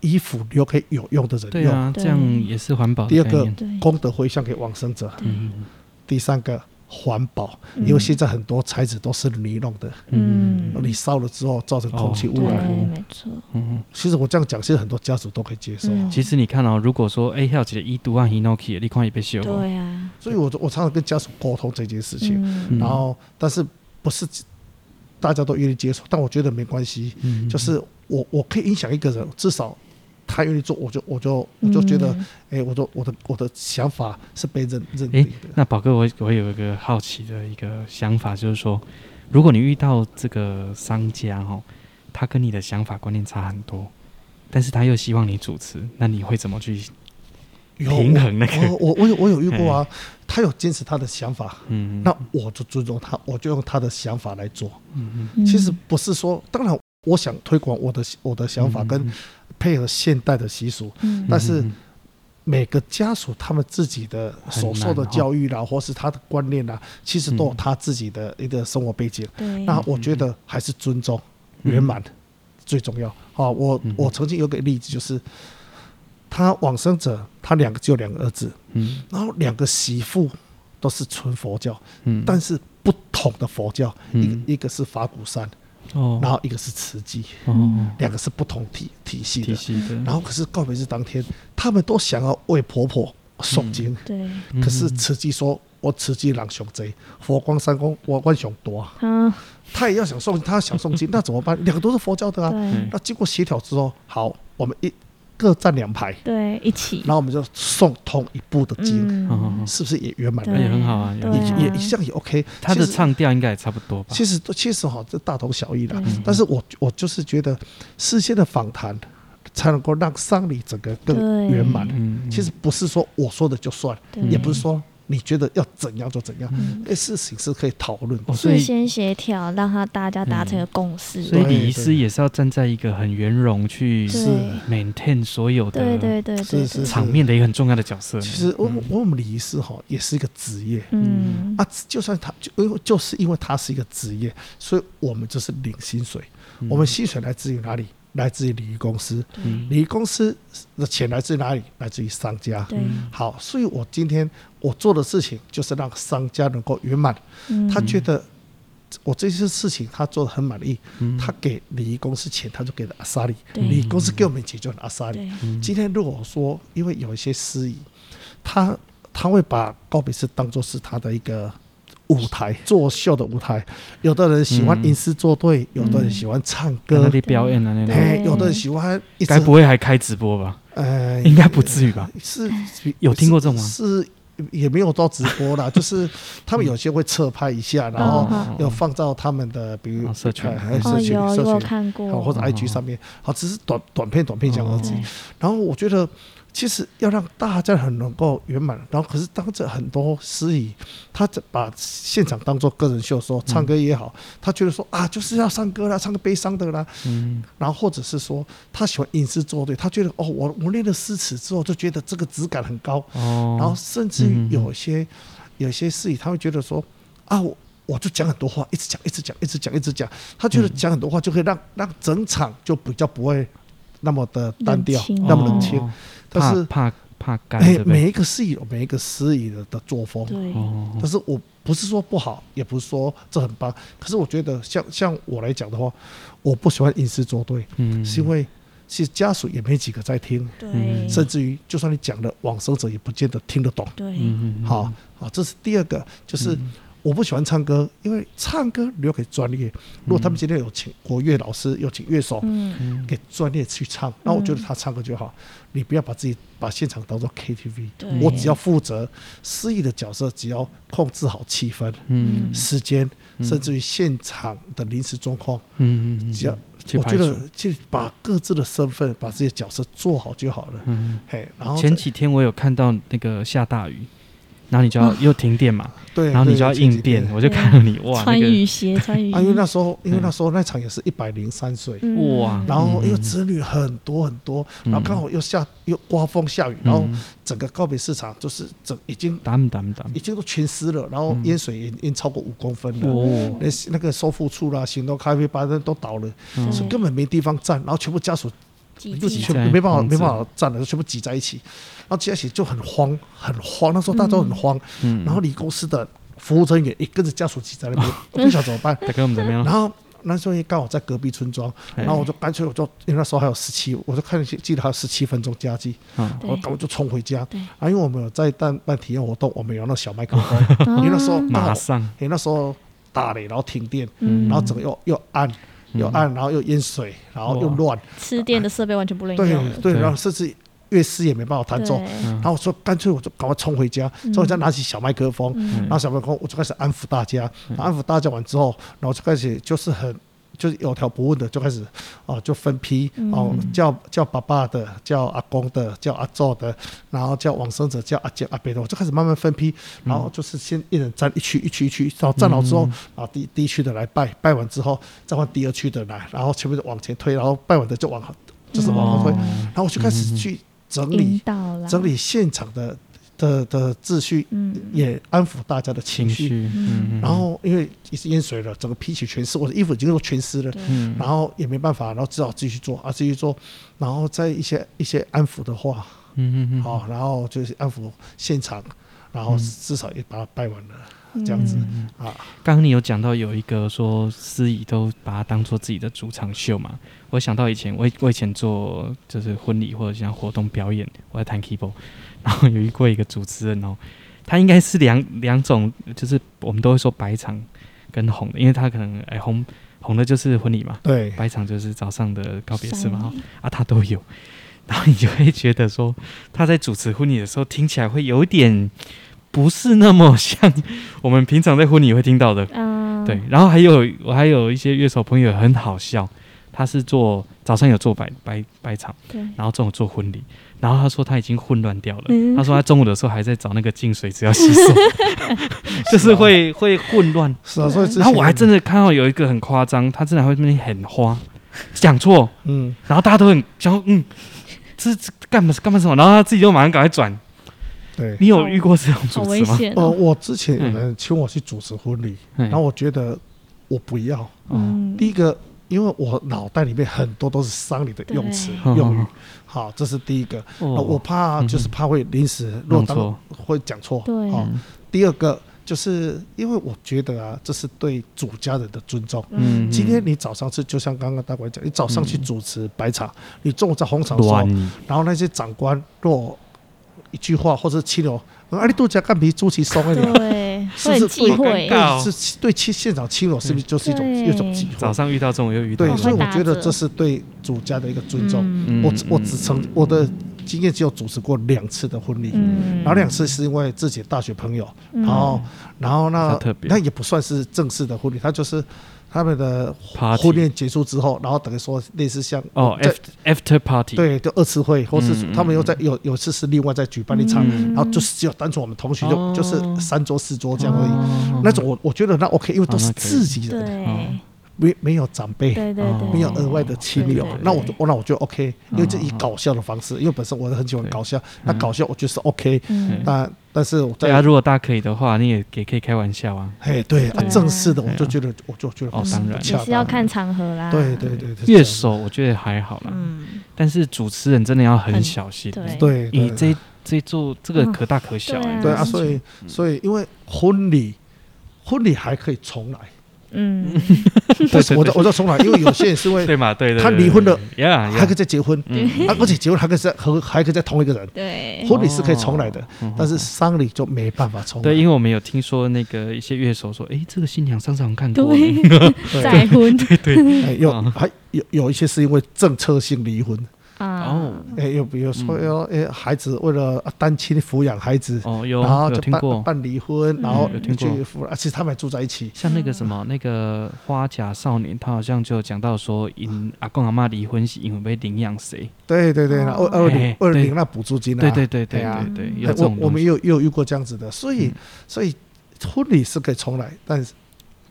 Speaker 3: 衣服留给有用的人
Speaker 1: 对
Speaker 3: 用，
Speaker 1: 啊，
Speaker 2: 对
Speaker 1: 这样也是环保的
Speaker 3: 第二
Speaker 1: 概
Speaker 3: 个
Speaker 1: 念。
Speaker 2: 对
Speaker 3: 功德回向给往生者，
Speaker 1: 嗯
Speaker 3: 第三个环保，
Speaker 2: 嗯
Speaker 3: 因为现在很多材质都是尼龙的，
Speaker 2: 嗯
Speaker 3: 你烧了之后造成空气
Speaker 1: 哦
Speaker 3: 污
Speaker 2: 对
Speaker 3: 染。
Speaker 1: 嗯
Speaker 2: 没错，
Speaker 1: 嗯，
Speaker 3: 其实我这样讲，其实很多家属都可以接受啊。
Speaker 2: 嗯
Speaker 1: 其实你看哦，如果说哎，还有几个一度啊 Hinoki，你看也被修。
Speaker 2: 对啊，
Speaker 3: 所以我我常常跟家属沟通这件事情，
Speaker 2: 嗯
Speaker 3: 然后但是不是大家都愿意接受，但我觉得没关系，
Speaker 1: 嗯，
Speaker 3: 就是我我可以影响一个人，至少他愿意做，我就我就我就觉得，
Speaker 2: 嗯
Speaker 3: 哎、我就我的我的想法是被认认定
Speaker 1: 哎
Speaker 3: 的。，
Speaker 1: 那宝哥，我我有一个好奇的一个想法，就是说，如果你遇到这个商家哦，他跟你的想法观念差很多，但是他又希望你主持，那你会怎么去？
Speaker 3: 有
Speaker 1: 平衡那个哎
Speaker 3: 我我我有我有遇过啊，他有坚持他的想法，
Speaker 1: 嗯，
Speaker 3: 那我就尊重他，我就用他的想法来做。
Speaker 1: 嗯
Speaker 2: 嗯
Speaker 3: 其实不是说，当然我想推广我的我的想法
Speaker 1: 嗯
Speaker 3: 跟配合现代的习俗，
Speaker 2: 嗯
Speaker 3: 但是每个家属他们自己的所受的
Speaker 1: 很难哦
Speaker 3: 教育啦，或是他的观念啦，其实都有他自己的一个生活背景。
Speaker 1: 嗯
Speaker 2: 对，
Speaker 3: 那我觉得还是尊重、圆满最重要。好，我
Speaker 1: 嗯
Speaker 3: 我曾经有个例子就是，他往生者，他两个只有两个儿子，
Speaker 1: 嗯
Speaker 3: 然后两个媳妇都是纯佛教，
Speaker 1: 嗯，
Speaker 3: 但是不同的佛教，一
Speaker 1: 嗯
Speaker 3: 个一个是法鼓山，
Speaker 1: 哦，
Speaker 3: 然后一个是慈济，
Speaker 1: 哦，
Speaker 3: 两个是不同体体系
Speaker 1: 体
Speaker 3: 的。
Speaker 1: 系的，
Speaker 3: 然后可是告别式当天，他们都想要为婆婆诵经，
Speaker 2: 嗯对，
Speaker 3: 可是
Speaker 1: 嗯
Speaker 3: 慈济说。我慈济人上贼，佛光山公我我上多啊，
Speaker 2: 嗯，
Speaker 3: 他也要想诵，他想
Speaker 2: [LAUGHS]
Speaker 3: 诵经，那怎么办？两个都是佛教的啊，
Speaker 2: 对
Speaker 3: 那经过协调之后，好，我们一各站两排，
Speaker 2: 对，一起，嗯
Speaker 3: 然后我们就送同一部的经，
Speaker 1: 哦，
Speaker 3: 是不是也圆满
Speaker 1: 那
Speaker 3: 了？
Speaker 1: 也很好啊，
Speaker 2: 对啊
Speaker 3: 也也这样也 OK。
Speaker 1: 他的
Speaker 3: 其实
Speaker 1: 唱调应该也差不多吧？
Speaker 3: 其实都其实哈，这大同小异啦
Speaker 2: 对。
Speaker 3: 但是我我就是觉得事先的访谈才能够让丧礼整个更
Speaker 2: 对
Speaker 3: 圆满。
Speaker 1: 嗯，
Speaker 3: 其实不是说我说的就算，
Speaker 2: 对
Speaker 3: 也不是说你觉得要怎样就怎样，
Speaker 2: 嗯
Speaker 3: 那、事情是可以讨论的。
Speaker 1: 哦，所
Speaker 2: 事
Speaker 1: 以
Speaker 2: 先协调，让他大家达成一个共识。
Speaker 1: 所以
Speaker 3: 对
Speaker 1: 礼仪师也是要站在一个很圆融去
Speaker 3: 是
Speaker 2: 对
Speaker 1: maintain 所有的
Speaker 2: 对对对对
Speaker 3: 是
Speaker 2: 对，
Speaker 3: 是
Speaker 1: 场面的一个很重要的角色。
Speaker 3: 其实我、
Speaker 1: 嗯
Speaker 3: 我们礼仪师哈也是一个职业
Speaker 2: 嗯
Speaker 3: 啊，就算他就因为就是因为他是一个职业，所以我们就是领薪水。
Speaker 1: 嗯
Speaker 3: 我们薪水来自于哪里？来自于礼仪公司。
Speaker 1: 嗯
Speaker 3: 礼仪公司的钱来自于哪里？来自于商家。
Speaker 2: 对，
Speaker 1: 嗯
Speaker 3: 好，所以我今天我做的事情就是让商家能够圆满，
Speaker 2: 嗯
Speaker 3: 他觉得我这些事情他做的很满意，
Speaker 1: 嗯
Speaker 3: 他给礼仪公司钱，他就给了阿萨里，
Speaker 2: 对
Speaker 3: 礼仪公司给我们钱就很阿萨里。
Speaker 2: 对
Speaker 1: 嗯
Speaker 3: 今天如果说因为有一些司仪，他他会把告别式当做是他的一个舞台，作秀的舞台。有的人喜欢
Speaker 1: 嗯
Speaker 3: 吟诗作对，有的人喜欢唱
Speaker 1: 在
Speaker 3: 歌
Speaker 1: 那，里表演啊，那
Speaker 2: 对
Speaker 1: 种
Speaker 3: 嘿，有的人喜欢一直
Speaker 1: 该不会还开直播吧？
Speaker 3: 呃，
Speaker 1: 应该不至于吧？
Speaker 3: 是
Speaker 1: [LAUGHS] 有听过这种吗
Speaker 3: 是是也没有到直
Speaker 1: [LAUGHS]
Speaker 3: 播啦，就是他们有些会侧拍一下，然后
Speaker 1: 哦
Speaker 3: 有放到他们的比如
Speaker 1: 哦社群
Speaker 3: 呃
Speaker 2: 哦
Speaker 3: [LAUGHS] 社群
Speaker 2: 有
Speaker 3: 社
Speaker 2: 我有
Speaker 3: 群，
Speaker 2: 看
Speaker 3: 好或
Speaker 2: 过哎
Speaker 1: 哦
Speaker 3: 者，IG 上面，好，只是短短片短片讲而已。
Speaker 2: 对
Speaker 3: 然后我觉得，其实要让大家很能够圆满，然后可是当着很多司仪，他这把现场当做个人秀的时候，唱歌也好，他觉得说啊，就是要唱歌啦，唱个悲伤的啦，
Speaker 1: 嗯，
Speaker 3: 然后或者是说他喜欢吟诗作对，他觉得哦，我我练了诗词之后就觉得这个质感很高，
Speaker 1: 哦，
Speaker 3: 然后甚至于
Speaker 1: 嗯嗯嗯
Speaker 3: 有些、有些事情，他会觉得说啊，我我就讲很多话，一直讲，一直讲，一直讲，一直讲，他觉得讲很多话就可以让、让整场就比较不会那么的单调
Speaker 2: 冷清，
Speaker 3: 那么冷清。
Speaker 1: 哦，
Speaker 3: 但是
Speaker 1: 怕怕怕干，
Speaker 3: 哎、
Speaker 1: 对不对
Speaker 3: 每一个司仪有每一个司仪的的作风，
Speaker 2: 对
Speaker 1: 哦，
Speaker 3: 但是我不是说不好，也不是说这很棒，可是我觉得像像我来讲的话，我不喜欢吟诗作对，
Speaker 1: 嗯
Speaker 3: 是因为其实家属也没几个在听，
Speaker 1: 嗯
Speaker 2: 对
Speaker 3: 甚至于就算你讲了，往生者也不见得听得懂。
Speaker 2: 对
Speaker 1: 嗯嗯，
Speaker 3: 好好，这是第二个，就是我不喜欢唱歌，因为唱歌留给专业。如果他们今天有请国乐老师，有请乐手
Speaker 2: 嗯
Speaker 1: 嗯
Speaker 3: 给专业去唱，那我觉得他唱歌就好。你不要把自己把现场当做 KTV，
Speaker 2: 对
Speaker 3: 我只要负责司仪的角色，只要控制好气氛、
Speaker 1: 嗯
Speaker 3: 时间，甚至于现场的临时状况，
Speaker 1: 嗯嗯，
Speaker 3: 只要
Speaker 1: 去
Speaker 3: 我
Speaker 1: 排
Speaker 3: 觉
Speaker 1: 除
Speaker 3: 得去把各自的身份、把自己的角色做好就好了。
Speaker 1: 嗯，
Speaker 3: 嘿，然后
Speaker 1: 前
Speaker 3: 再
Speaker 1: 几天我有看到那个下大雨，然后你就要又停电嘛，
Speaker 3: [LAUGHS] 对，
Speaker 1: 然后你
Speaker 3: 对
Speaker 1: 就要
Speaker 3: 前几
Speaker 1: 应变，嗯
Speaker 3: 天
Speaker 1: 我就看到你哇，
Speaker 2: 穿
Speaker 1: 那
Speaker 2: 雨
Speaker 1: 个
Speaker 3: [LAUGHS]
Speaker 2: 鞋，穿雨
Speaker 3: 啊，因为那
Speaker 2: 衣，
Speaker 3: 时候，因为那时候那场也是一百零三岁，
Speaker 2: 嗯
Speaker 1: 哇
Speaker 3: 然后因为
Speaker 1: 嗯
Speaker 3: 子女很多很多，然后刚好又下又刮风下雨，然后
Speaker 1: 嗯
Speaker 3: 整个告别市场就是整已经
Speaker 1: 打不打不打
Speaker 3: 已经都全湿了，然后
Speaker 2: 嗯
Speaker 3: 淹水也淹超过五公分了，
Speaker 1: 哦，
Speaker 3: 那那个收复处啦、行动咖啡吧那都倒了，
Speaker 1: 嗯
Speaker 3: 所以根本没地方站，然后全部家属
Speaker 2: 挤
Speaker 3: 就
Speaker 2: 挤
Speaker 3: 全
Speaker 1: 在
Speaker 3: 部没办法
Speaker 1: 棚子
Speaker 3: 没办法站了，就全部挤在一起，然后挤在一起就很慌很慌，那时候大家都很慌，
Speaker 1: 嗯
Speaker 3: 然后离公司的服务人员也跟着家属挤在那
Speaker 2: [LAUGHS]
Speaker 3: 边，我不晓得怎么办，
Speaker 1: 大哥我们怎么样
Speaker 3: 然
Speaker 1: 了？
Speaker 3: 后那时候也刚好在隔壁村庄，然后我就干脆我就因为那时候还有十七，我就看记得还有十七分钟加机，
Speaker 1: 嗯
Speaker 2: 对
Speaker 3: 我赶快就冲回家。
Speaker 2: 对
Speaker 3: 啊，因为我们有在办办体验活动，我们有那小麦克
Speaker 1: [LAUGHS]
Speaker 3: 风，因为那时候刚好
Speaker 1: 哦马上
Speaker 3: 因为那时候打雷，然后停电，
Speaker 2: 嗯
Speaker 3: 然后整个又又暗又暗，然后又淹水，然后又
Speaker 1: 嗯哇
Speaker 3: 乱，
Speaker 2: 吃电的设备完全不能用
Speaker 3: 对
Speaker 2: 了，
Speaker 3: 对，
Speaker 1: 对
Speaker 3: 然后甚至乐师也没办法弹奏。
Speaker 2: 对嗯
Speaker 1: 嗯
Speaker 3: 然后我说干脆我就赶快冲回家，冲回家拿起小麦克风，然后小麦克风我就开始安抚大家，然后安抚大家完之后，然后就开始就是很就是有条不紊的就开始哦、就分批
Speaker 2: 嗯
Speaker 3: 哦、叫叫爸爸的，叫阿公的，叫阿祖的，然后叫往生者，叫阿杰阿伯的，我就开始慢慢分批，然后就是先一人站一区一区一区，然后站好之后，然后第第一区的来拜，拜完之后再换第二区的来，然后全部就往前推，然后拜完的就往后就是往后推，然后我就开始去整理。
Speaker 2: 引导啦，
Speaker 3: 整理现场的的的秩序，
Speaker 2: 嗯
Speaker 3: 也安抚大家的
Speaker 1: 情
Speaker 3: 情绪。
Speaker 1: 绪，嗯
Speaker 3: 然后因为也是淹水了，整个披起全湿，我的衣服已经都全湿了，
Speaker 1: 嗯
Speaker 3: 然后也没办法，然后只好继续做啊，继续做，然后再一些一些安抚的话，
Speaker 1: 嗯嗯嗯，
Speaker 3: 好、然后就是安抚现场，然后至少也把它拜完了，这样
Speaker 2: 嗯
Speaker 3: 子啊，
Speaker 1: 刚刚你有讲到有一个说司仪都把它当做自己的主场秀嘛，我想到以前我我以前做就是婚礼或者像活动表演，我在弹 keyboard，然后有遇过一个主持人哦，他应该是两两种，就是我们都会说白场跟红的，因为他可能哎红红的就是婚礼嘛，
Speaker 3: 对，
Speaker 1: 白场就是早上的告别式嘛，
Speaker 2: 商
Speaker 1: 哈
Speaker 2: 业
Speaker 1: 啊他都有，然后你就会觉得说他在主持婚礼的时候听起来会有点不是那么像我们平常在婚礼会听到的。
Speaker 2: 嗯，
Speaker 1: 对，然后还有我还有一些乐手朋友很好笑，他是做早上有做百百百场，
Speaker 2: 对，
Speaker 1: 然后中午做婚礼，然后他说他已经混乱掉了。
Speaker 2: 嗯
Speaker 1: 他说他中午的时候还在找那个净水池要
Speaker 2: [LAUGHS]
Speaker 1: 洗手，就是会会混乱。
Speaker 3: 是啊，所以之
Speaker 1: 然后我还
Speaker 3: 前
Speaker 1: 真的看到有一个很夸张，他真的还会在那边很花，讲错，
Speaker 3: 嗯，
Speaker 1: 然后大家都很想说嗯，这这干嘛干嘛什么，然后他自己就马上赶快转。
Speaker 3: 对。
Speaker 1: 你有遇过这种
Speaker 2: 好
Speaker 1: 主持
Speaker 2: 危
Speaker 1: 吗？
Speaker 2: 险
Speaker 3: 呃，
Speaker 2: 哦。
Speaker 3: 我之前有
Speaker 1: 嗯
Speaker 3: 人请我去主持婚礼，
Speaker 1: 然
Speaker 3: 然后我觉得我不要。
Speaker 1: 哦，
Speaker 2: 嗯，
Speaker 3: 第一个，因为我脑袋里面很多都是丧礼的用词
Speaker 1: 对
Speaker 3: 用语，好，这是第一个。
Speaker 1: 嗯哦
Speaker 3: 呃我怕
Speaker 1: 嗯
Speaker 3: 就是怕会临时落
Speaker 1: 弄
Speaker 3: 当
Speaker 1: 错，
Speaker 3: 会讲错。
Speaker 2: 对
Speaker 3: 哦，第二个就是因为我觉得啊，这是对主家人的尊重。
Speaker 1: 嗯
Speaker 3: 今天你早上是就像刚刚大官讲，你早上去主持白场，你中午在红场说
Speaker 1: 嗯乱，你
Speaker 3: 然后那些长官若一句话或者七流，啊，你度假干皮猪其松哎，
Speaker 2: 对，
Speaker 3: 是
Speaker 2: 会很
Speaker 3: 不是
Speaker 2: 忌
Speaker 1: 尴
Speaker 3: 不
Speaker 2: 讳
Speaker 1: 尬，
Speaker 3: 对，是对七现场七流是不是就是一种
Speaker 2: 对
Speaker 3: 一种忌讳
Speaker 1: 早？上遇到这种又遇到
Speaker 3: 对，
Speaker 1: 这
Speaker 3: 所以
Speaker 1: 种，
Speaker 3: 我觉得
Speaker 2: 会打折
Speaker 3: 这是对主家的一个尊重。
Speaker 2: 嗯
Speaker 3: 我只我只曾我的经验只有主持过两次的婚礼，
Speaker 2: 嗯
Speaker 3: 然后两次是因为自己的大学朋友，然后然后
Speaker 1: 比较
Speaker 3: 那
Speaker 1: 特别
Speaker 3: 那也不算是正式的婚礼，他就是他们的
Speaker 1: Party
Speaker 3: 婚宴结束之后，然后等于说类似像
Speaker 1: 哦
Speaker 3: 在
Speaker 1: after after party，
Speaker 3: 对，就二次会，或是
Speaker 1: 嗯
Speaker 3: 他们又在有有次是另外再举办一场，
Speaker 1: 嗯
Speaker 3: 然后就是只有单纯我们同学
Speaker 1: 哦
Speaker 3: 就就是三桌四桌这样而已。
Speaker 1: 哦
Speaker 3: 那种我我觉得那 OK，因为
Speaker 1: 哦
Speaker 3: 都是
Speaker 1: 那可以
Speaker 3: 自己人，
Speaker 1: 哦
Speaker 2: 对
Speaker 3: 没没有长辈，
Speaker 2: 对对对，
Speaker 3: 没有额外的亲
Speaker 2: 对
Speaker 3: 友
Speaker 2: 对对，
Speaker 3: 哦那我就那我就 OK，因为就以
Speaker 1: 嗯
Speaker 3: 搞笑的方式，因为本身我是很喜欢
Speaker 1: 对嗯
Speaker 3: 搞笑，那搞笑我就是 OK，
Speaker 2: 嗯
Speaker 3: 但但是我
Speaker 1: 对啊，
Speaker 3: 在
Speaker 1: 如果大家可以的话，你也也可以开玩笑啊。
Speaker 3: 哎对啊
Speaker 2: 对啊
Speaker 3: 正式的我
Speaker 1: 对啊
Speaker 3: 就觉得我就觉得
Speaker 1: 哦
Speaker 3: 不
Speaker 1: 当然
Speaker 3: 不
Speaker 2: 也
Speaker 3: 恰
Speaker 2: 是要
Speaker 3: 当，
Speaker 2: 看场合啦。
Speaker 3: 对对对，是这样
Speaker 1: 乐手我觉得还好啦，
Speaker 2: 嗯，
Speaker 1: 但是主持人真的要很小心。
Speaker 2: 对
Speaker 3: 对
Speaker 1: 你
Speaker 3: 对
Speaker 1: 这这做这个可大可小
Speaker 2: 嗯
Speaker 1: 哎。
Speaker 3: 对啊，
Speaker 2: 嗯
Speaker 3: 所以所以因为婚礼婚礼还可以
Speaker 1: [LAUGHS]
Speaker 3: 重来，
Speaker 2: 嗯，
Speaker 3: 但是我就我就重来，因为有些人是会
Speaker 1: 对嘛，对对。
Speaker 3: 他离婚了
Speaker 1: 呀，
Speaker 3: [LAUGHS] 还可以再结婚，
Speaker 1: 嗯
Speaker 3: 啊而且结婚还可以再和还可以再同一个人，
Speaker 2: 对，
Speaker 3: 婚礼是可以重来的，
Speaker 1: 嗯
Speaker 3: 但是丧礼就没办法重来。
Speaker 1: 对，因为我们有听说那个一些乐手说，诶，这个新娘上次好像看过，
Speaker 2: 对，
Speaker 3: [LAUGHS] 对
Speaker 2: 再婚
Speaker 3: 哎，有
Speaker 1: 嗯
Speaker 3: 还有有一些是因为政策性离婚，
Speaker 2: 啊
Speaker 1: 哦，
Speaker 3: 哎，有比如说要哎孩子为了单亲抚养孩子，
Speaker 1: 哦，有
Speaker 3: 然后
Speaker 1: 有
Speaker 3: 就
Speaker 1: 听
Speaker 3: 办
Speaker 1: 过，嗯
Speaker 3: 办离婚，然后
Speaker 1: 有听过
Speaker 3: 去付，而且他们还住在一起，
Speaker 1: 像那个什么那个花甲少年，他好像就有讲到说，因
Speaker 3: 啊
Speaker 1: 阿公阿妈离婚是因为被领养谁？
Speaker 3: 对对对，
Speaker 2: 哦
Speaker 3: 然后二二
Speaker 1: 哎
Speaker 3: 零二
Speaker 1: 对
Speaker 3: 零那补助金啊，
Speaker 1: 对对对对
Speaker 3: 对啊
Speaker 1: 对对，
Speaker 2: 嗯
Speaker 1: 有
Speaker 3: 哎
Speaker 1: 这
Speaker 3: 我
Speaker 1: 种
Speaker 3: 我
Speaker 1: 东
Speaker 3: 们
Speaker 1: 西。
Speaker 3: 也有也有遇过这样子的，所以
Speaker 1: 嗯
Speaker 3: 所以婚礼是可以重来，但是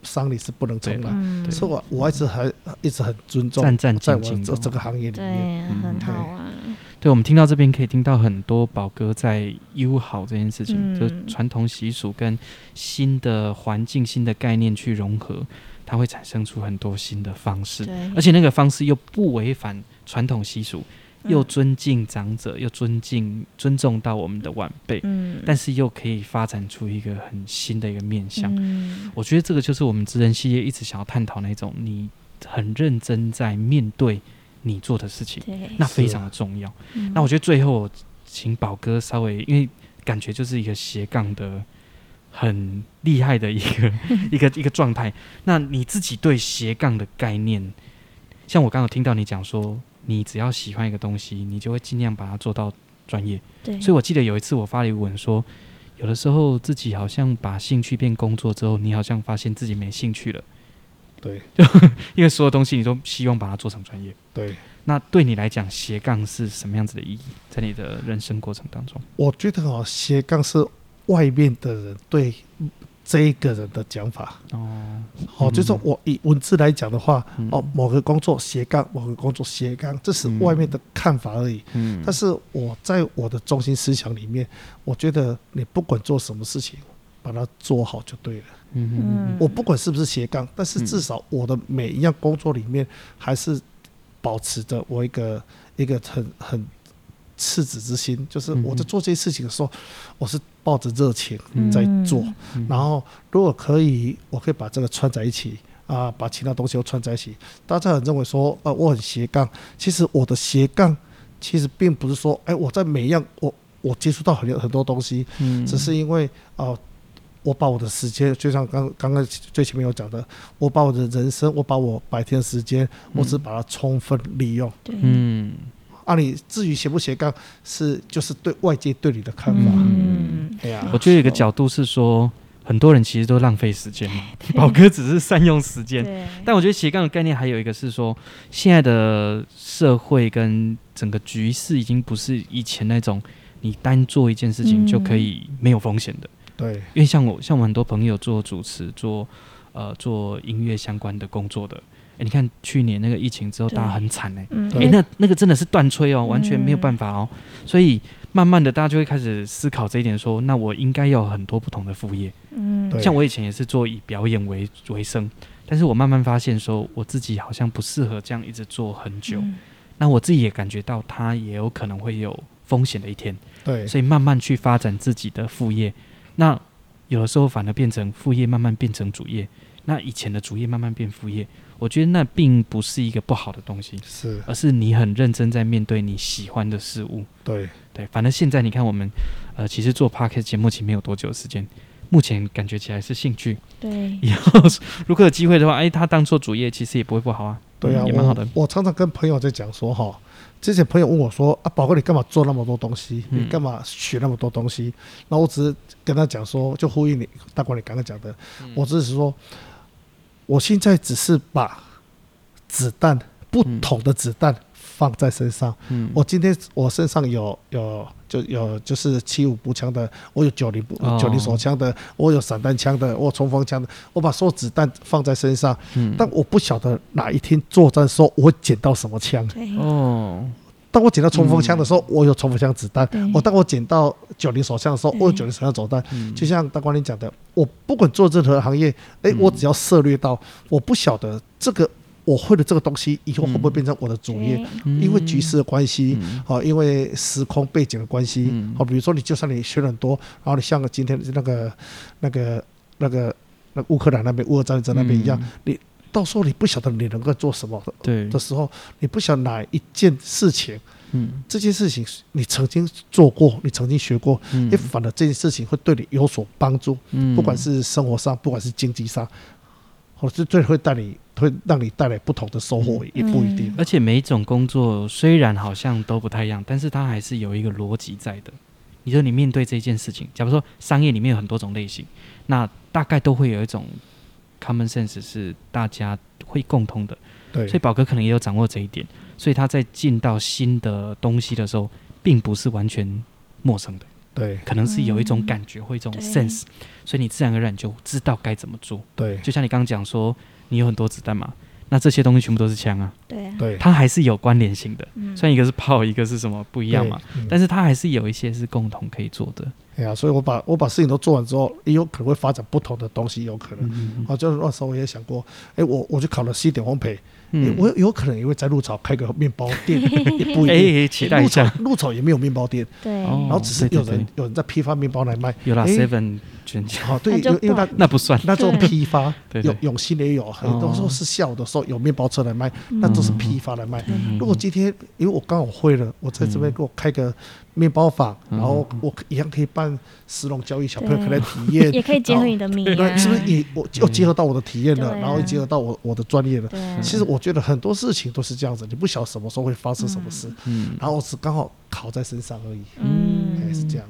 Speaker 3: 丧礼是不能重
Speaker 1: 对
Speaker 3: 来，
Speaker 2: 嗯，
Speaker 3: 所以我我一直还一直很尊重，
Speaker 1: 战战
Speaker 3: 在我
Speaker 1: 兢兢
Speaker 3: 这
Speaker 1: 的
Speaker 3: 这个行业里面，
Speaker 2: 对，很好啊，
Speaker 3: 嗯
Speaker 1: 对，我们听到这边可以听到很多宝哥在友好这件事情，
Speaker 2: 嗯
Speaker 1: 就是传统习俗跟新的环境、新的概念去融合，它会产生出很多新的方式，
Speaker 2: 对，
Speaker 1: 而且那个方式又不违反传统习俗，又
Speaker 2: 嗯
Speaker 1: 尊敬长者，又尊敬尊重到我们的晚辈，
Speaker 2: 嗯，
Speaker 1: 但是又可以发展出一个很新的一个面向。
Speaker 2: 嗯
Speaker 1: 我觉得这个就是我们职人系列一直想要探讨那种你很认真在面对你做的事情，
Speaker 2: 对，
Speaker 1: 那非常的重要。
Speaker 2: 嗯
Speaker 1: 那我觉得最后请宝哥稍微，因为感觉就是一个斜杠的很厉害的一个一个一个状态。那你自己对斜杠的概念，像我刚刚有听到你讲说，你只要喜欢一个东西，你就会尽量把它做到专业。
Speaker 2: 对，
Speaker 1: 所以我记得有一次我发了一个文说，有的时候自己好像把兴趣变工作之后，你好像发现自己没兴趣了，
Speaker 3: 对
Speaker 1: 因为所有东西你都希望把它做成专业。
Speaker 3: 对。
Speaker 1: 那对你来讲，斜杠是什么样子的意义？在你的人生过程当中，
Speaker 3: 我觉得哦，斜杠是外面的人对这一个人的讲法。
Speaker 1: 哦，
Speaker 3: 哦，
Speaker 1: 嗯
Speaker 3: 就是我以文字来讲的话，
Speaker 1: 嗯
Speaker 3: 哦，，某个工作斜杠，某个工作斜杠，这是
Speaker 1: 嗯
Speaker 3: 外面的看法而已。
Speaker 1: 嗯
Speaker 3: 但是我在我的中心思想里面，我觉得你不管做什么事情，把它做好就对了。
Speaker 1: 嗯
Speaker 2: 嗯
Speaker 3: 我不管是不是斜杠，但是
Speaker 1: 嗯
Speaker 3: 至少我的每一样工作里面，还是保持着我一个一个很很赤子之心，就是
Speaker 1: 嗯哼
Speaker 3: 我在做这些事情的时候，我是抱着热情
Speaker 1: 嗯
Speaker 3: 在做。
Speaker 1: 嗯
Speaker 3: 然后如果可以，我可以把这个串在一起啊，把其他东西都串在一起。大家很认为说，呃，我很斜杠，其实我的斜杠其实并不是说，哎，我在每一样我我接触到很多很多东西，
Speaker 1: 嗯
Speaker 3: 只是因为啊、呃我把我的时间，就像刚刚刚最前面有讲的，我把我的人生，我把我白天的时间，我只把它充分利用。
Speaker 2: 对，
Speaker 1: 嗯
Speaker 3: 啊，你至于斜不斜杠，是就是对外界对你的看法。
Speaker 2: 嗯，
Speaker 3: 哎呀、
Speaker 1: 我觉得有一个角度是说，很多人其实都浪费时间嘛。宝哥只是善用时间，
Speaker 2: 对，
Speaker 1: 但我觉得斜杠的概念还有一个是说，现在的社会跟整个局势已经不是以前那种你单做一件事情
Speaker 2: 嗯
Speaker 1: 就可以没有风险的。
Speaker 3: 对，
Speaker 1: 因为像我，像我很多朋友做主持、做呃做音乐相关的工作的，诶，你看去年那个疫情之后，
Speaker 2: 对
Speaker 1: 大家很惨哎、
Speaker 2: 嗯，
Speaker 3: 对
Speaker 1: 诶，
Speaker 2: 因为
Speaker 1: 那那个真的是断吹哦，完全没有办法哦。所以慢慢的，大家就会开始思考这一点说那我应该要有很多不同的副业。
Speaker 2: 嗯，
Speaker 3: 对
Speaker 1: 像我以前也是做以表演为为生，但是我慢慢发现说，我自己好像不适合这样一直做很久。
Speaker 2: 嗯
Speaker 1: 那我自己也感觉到，它也有可能会有风险的一天，
Speaker 3: 对，
Speaker 1: 所以慢慢去发展自己的副业。那有的时候反而变成副业，慢慢变成主业。那以前的主业慢慢变副业，我觉得那并不是一个不好的东西，
Speaker 3: 是，
Speaker 1: 而是你很认真在面对你喜欢的事物。
Speaker 3: 对，
Speaker 1: 对，反正现在你看我们，呃，其实做 p o d c a s t 节目其实没有多久的时间，目前感觉起来是兴趣，
Speaker 2: 对，
Speaker 1: 以后如果有机会的话，哎，他当做主业其实也不会不好啊。
Speaker 3: 对啊，
Speaker 1: 也蛮好的
Speaker 3: 我我常常跟朋友在讲说哈，之前朋友问我说啊，宝哥你干嘛做那么多东西？
Speaker 1: 嗯
Speaker 3: 你干嘛学那么多东西？然后我只是跟他讲说，就呼应你大官你刚刚讲的，
Speaker 1: 嗯
Speaker 3: 我只是说，我现在只是把子弹不同的子弹放在身上。
Speaker 1: 嗯
Speaker 3: 我今天我身上有有就有就是七五步枪的，我有九零步
Speaker 1: 哦
Speaker 3: 九零手枪的，我有散弹枪的，我有冲锋枪的，我把所有子弹放在身上，
Speaker 1: 嗯
Speaker 3: 但我不晓得哪一天作战的时候我会捡到什么枪。
Speaker 2: 对，
Speaker 1: 哦，
Speaker 3: 当我捡到冲锋枪的时候，
Speaker 1: 嗯
Speaker 3: 我有冲锋枪子弹哦
Speaker 2: 对；
Speaker 3: 我当我捡到九零手枪的时候，
Speaker 2: 对
Speaker 3: 我有九零手枪子弹。
Speaker 1: 嗯
Speaker 3: 就像大官你讲的，我不管做任何行业，诶，我只要涉略到，
Speaker 1: 嗯
Speaker 3: 我不晓得这个我会的这个东西以后会不会变成我的主业。
Speaker 2: 对
Speaker 1: 嗯
Speaker 3: 因为局势的关系
Speaker 1: 嗯，
Speaker 3: 好、因为时空背景的关系，好、哦
Speaker 1: 嗯
Speaker 3: 比如说你就算你学了很多，然后你像今天那个、那个、那个、那个乌克兰那边、乌俄战争那边一样，
Speaker 1: 嗯
Speaker 3: 你到时候你不晓得你能够做什么的
Speaker 1: 对
Speaker 3: 的，时候，你不晓得哪一件事情，
Speaker 1: 嗯
Speaker 3: 这件事情你曾经做过，你曾经学过，
Speaker 1: 嗯
Speaker 3: 也反而这件事情会对你有所帮助，
Speaker 1: 嗯
Speaker 3: 不管是生活上，不管是经济上，或是对会带你会让你带来不同的收
Speaker 1: 嗯
Speaker 3: 获，也不一定。
Speaker 1: 而且每一种工作虽然好像都不太一样，但是它还是有一个逻辑在的。你说你面对这件事情，假如说商业里面有很多种类型，那大概都会有一种 common sense 是大家会共通的。
Speaker 3: 对，
Speaker 1: 所以宝哥可能也有掌握这一点，所以他在进到新的东西的时候，并不是完全陌生的，
Speaker 3: 对
Speaker 1: 可能是有一种
Speaker 2: 嗯
Speaker 1: 感觉或一种
Speaker 2: 对
Speaker 1: sense，、所以你自然而然就知道该怎么做。
Speaker 3: 对
Speaker 1: 就像你刚刚讲说，你有很多子弹嘛，那这些东西全部都是枪啊，
Speaker 2: 对啊，
Speaker 3: 对，
Speaker 1: 它还是有关联性的。
Speaker 2: 嗯
Speaker 1: 虽然一个是炮，一个是什么不一
Speaker 3: 一
Speaker 1: 样嘛，。
Speaker 3: 嗯
Speaker 1: 但是它还是有一些是共同可以做的。
Speaker 3: 哎呀，所以我把我把事情都做完之后，也有可能会发展不同的东西，有可能。
Speaker 1: 嗯
Speaker 3: 啊，就是那时候我也想过，哎，我我去考了西点烘焙，哎
Speaker 1: 嗯
Speaker 3: 我有可能也会在鹿草开个面包
Speaker 2: [LAUGHS]
Speaker 3: 店，也不一定。
Speaker 1: 哎，期待一
Speaker 3: 鹿草
Speaker 1: 下。
Speaker 3: 鹿草也没有面包店，
Speaker 2: 对，
Speaker 1: 哦
Speaker 3: 然后只是
Speaker 1: 对
Speaker 3: 有
Speaker 1: 对
Speaker 3: 人有人在批发面包来卖。
Speaker 1: 有啦
Speaker 3: 哎
Speaker 1: ，Seven 全家 [LAUGHS]
Speaker 3: 好，对，
Speaker 2: 那就
Speaker 3: 因为因为
Speaker 2: 不好
Speaker 3: 那
Speaker 1: 那不算。
Speaker 3: 那时候
Speaker 2: 对
Speaker 3: 批发，
Speaker 1: 对对哦
Speaker 3: 永永兴也有，很多时候是下午的时候有面包车来卖，那都是批发来卖。
Speaker 1: 嗯
Speaker 3: 如果今天因为我刚好会了，我在这边给我开个面包坊，
Speaker 1: 嗯
Speaker 3: 然后我一样可以办石龙教育小朋友可以来体验，
Speaker 2: 也可以结合你的米
Speaker 3: 对
Speaker 2: 啊，
Speaker 3: 对，是不是也我又结合到我的体验了，
Speaker 2: 对啊
Speaker 3: 然后又结合到我我的专业了？
Speaker 2: 对
Speaker 1: 嗯
Speaker 2: 啊，
Speaker 3: 其实我觉得很多事情都是这样子，你不晓得什么时候会发生什么事，
Speaker 1: 嗯，
Speaker 3: 然后只刚好考在身上而已，
Speaker 2: 嗯，
Speaker 3: 哎，是这样。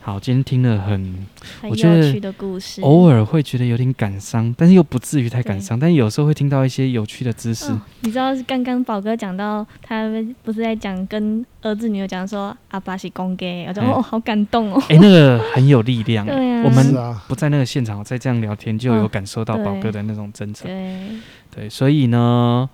Speaker 1: 好，今天听了很
Speaker 2: 很
Speaker 1: 我觉得
Speaker 2: 有趣的故事，
Speaker 1: 偶尔会觉得有点感伤，但是又不至于太感伤，但有时候会听到一些有趣的知识。
Speaker 2: 哦你知道刚刚宝哥讲到，他不是在讲跟儿子女儿讲说阿爸是公给，我就、
Speaker 3: 哎
Speaker 1: 嗯
Speaker 2: 哦好感动哦，
Speaker 1: 哎、那个很有力量。
Speaker 2: 对啊
Speaker 1: 我
Speaker 3: 是
Speaker 1: 们
Speaker 3: 啊，
Speaker 1: 不在那个现场，再这样聊天就有
Speaker 2: 嗯
Speaker 1: 感受到宝哥的那种真诚。
Speaker 2: 对，
Speaker 1: 对，所以呢，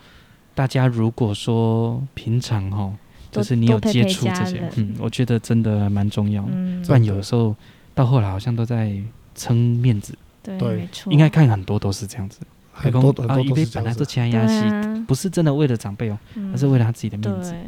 Speaker 1: 大家如果说平常哈，就
Speaker 2: 多
Speaker 1: 是你有
Speaker 2: 多陪
Speaker 1: 接
Speaker 2: 陪
Speaker 1: 触
Speaker 2: 家
Speaker 1: 这些
Speaker 2: 人，
Speaker 1: 嗯，我觉得真的蛮重要的。
Speaker 2: 嗯
Speaker 1: 不，然有的时候到后来好像都在撑面子，
Speaker 2: 对，
Speaker 3: 对
Speaker 2: 没错，
Speaker 1: 应该看很多都是这样子。
Speaker 3: 很多很
Speaker 1: 啊，
Speaker 3: 多
Speaker 1: 一
Speaker 3: 都
Speaker 1: 杯
Speaker 3: 是
Speaker 1: 本来
Speaker 3: 这样
Speaker 1: 都
Speaker 3: 子。
Speaker 1: 钱
Speaker 2: 对
Speaker 1: 压戏，
Speaker 2: 啊，
Speaker 1: 不是真的为了长辈哦，
Speaker 2: 嗯
Speaker 1: 而是为了他自己的面子。
Speaker 2: 对，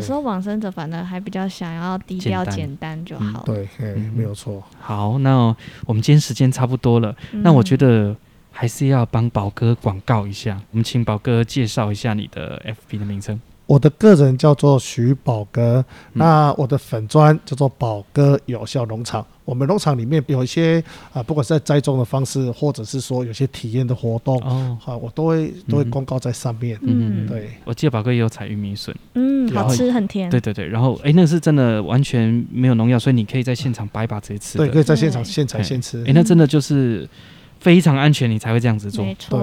Speaker 2: 有时候往生者反而还比较想要低
Speaker 1: 简
Speaker 2: 调
Speaker 1: 单
Speaker 2: 简单就
Speaker 1: 嗯
Speaker 2: 好，
Speaker 3: 对，哎，
Speaker 1: 嗯
Speaker 3: 没有错。
Speaker 1: 好，那我们今天时间差不多了，
Speaker 2: 嗯
Speaker 1: 那我觉得还是要帮宝哥广告一下，我们请宝哥介绍一下你的 FB 的名称。
Speaker 3: 我的个人叫做徐宝哥，
Speaker 1: 嗯
Speaker 3: 那我的粉砖叫做宝哥有效农场。我们农场里面有一些啊、不管是在栽种的方式，或者是说有些体验的活动，
Speaker 1: 哦，
Speaker 3: 啊，我都会都会
Speaker 1: 嗯哼
Speaker 3: 公告在上面。
Speaker 1: 嗯
Speaker 2: 嗯，
Speaker 3: 对，
Speaker 1: 我记得宝哥也有采玉米笋，
Speaker 2: 嗯，
Speaker 1: 然
Speaker 2: 好
Speaker 1: 后
Speaker 2: 吃很甜，
Speaker 1: 对对对，然后哎，那是真的完全没有农药，所以你可以在现场掰一把直接吃的。
Speaker 3: 对，可以在现场
Speaker 2: 对
Speaker 3: 现采
Speaker 1: 嘿
Speaker 3: 现吃？
Speaker 1: 哎、。那真的就是非常安全，你才会这样子做
Speaker 2: 没。错，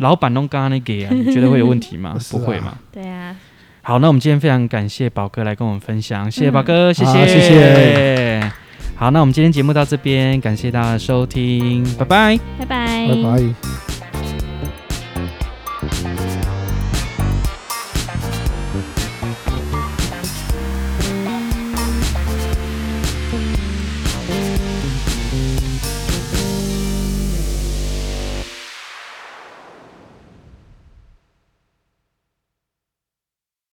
Speaker 1: 老板弄刚刚那给啊，你觉得会有问题吗
Speaker 3: [LAUGHS] 是啊
Speaker 1: 不会嘛。
Speaker 2: 对啊，
Speaker 1: 好，那我们今天非常感谢宝哥来跟我们分享，谢谢
Speaker 2: 嗯
Speaker 1: 宝哥，谢
Speaker 3: 好
Speaker 1: 谢，
Speaker 3: 谢谢。
Speaker 1: 好，那我们今天节目到这边，感谢大家的收听，拜拜。
Speaker 2: 拜拜，
Speaker 3: 拜拜。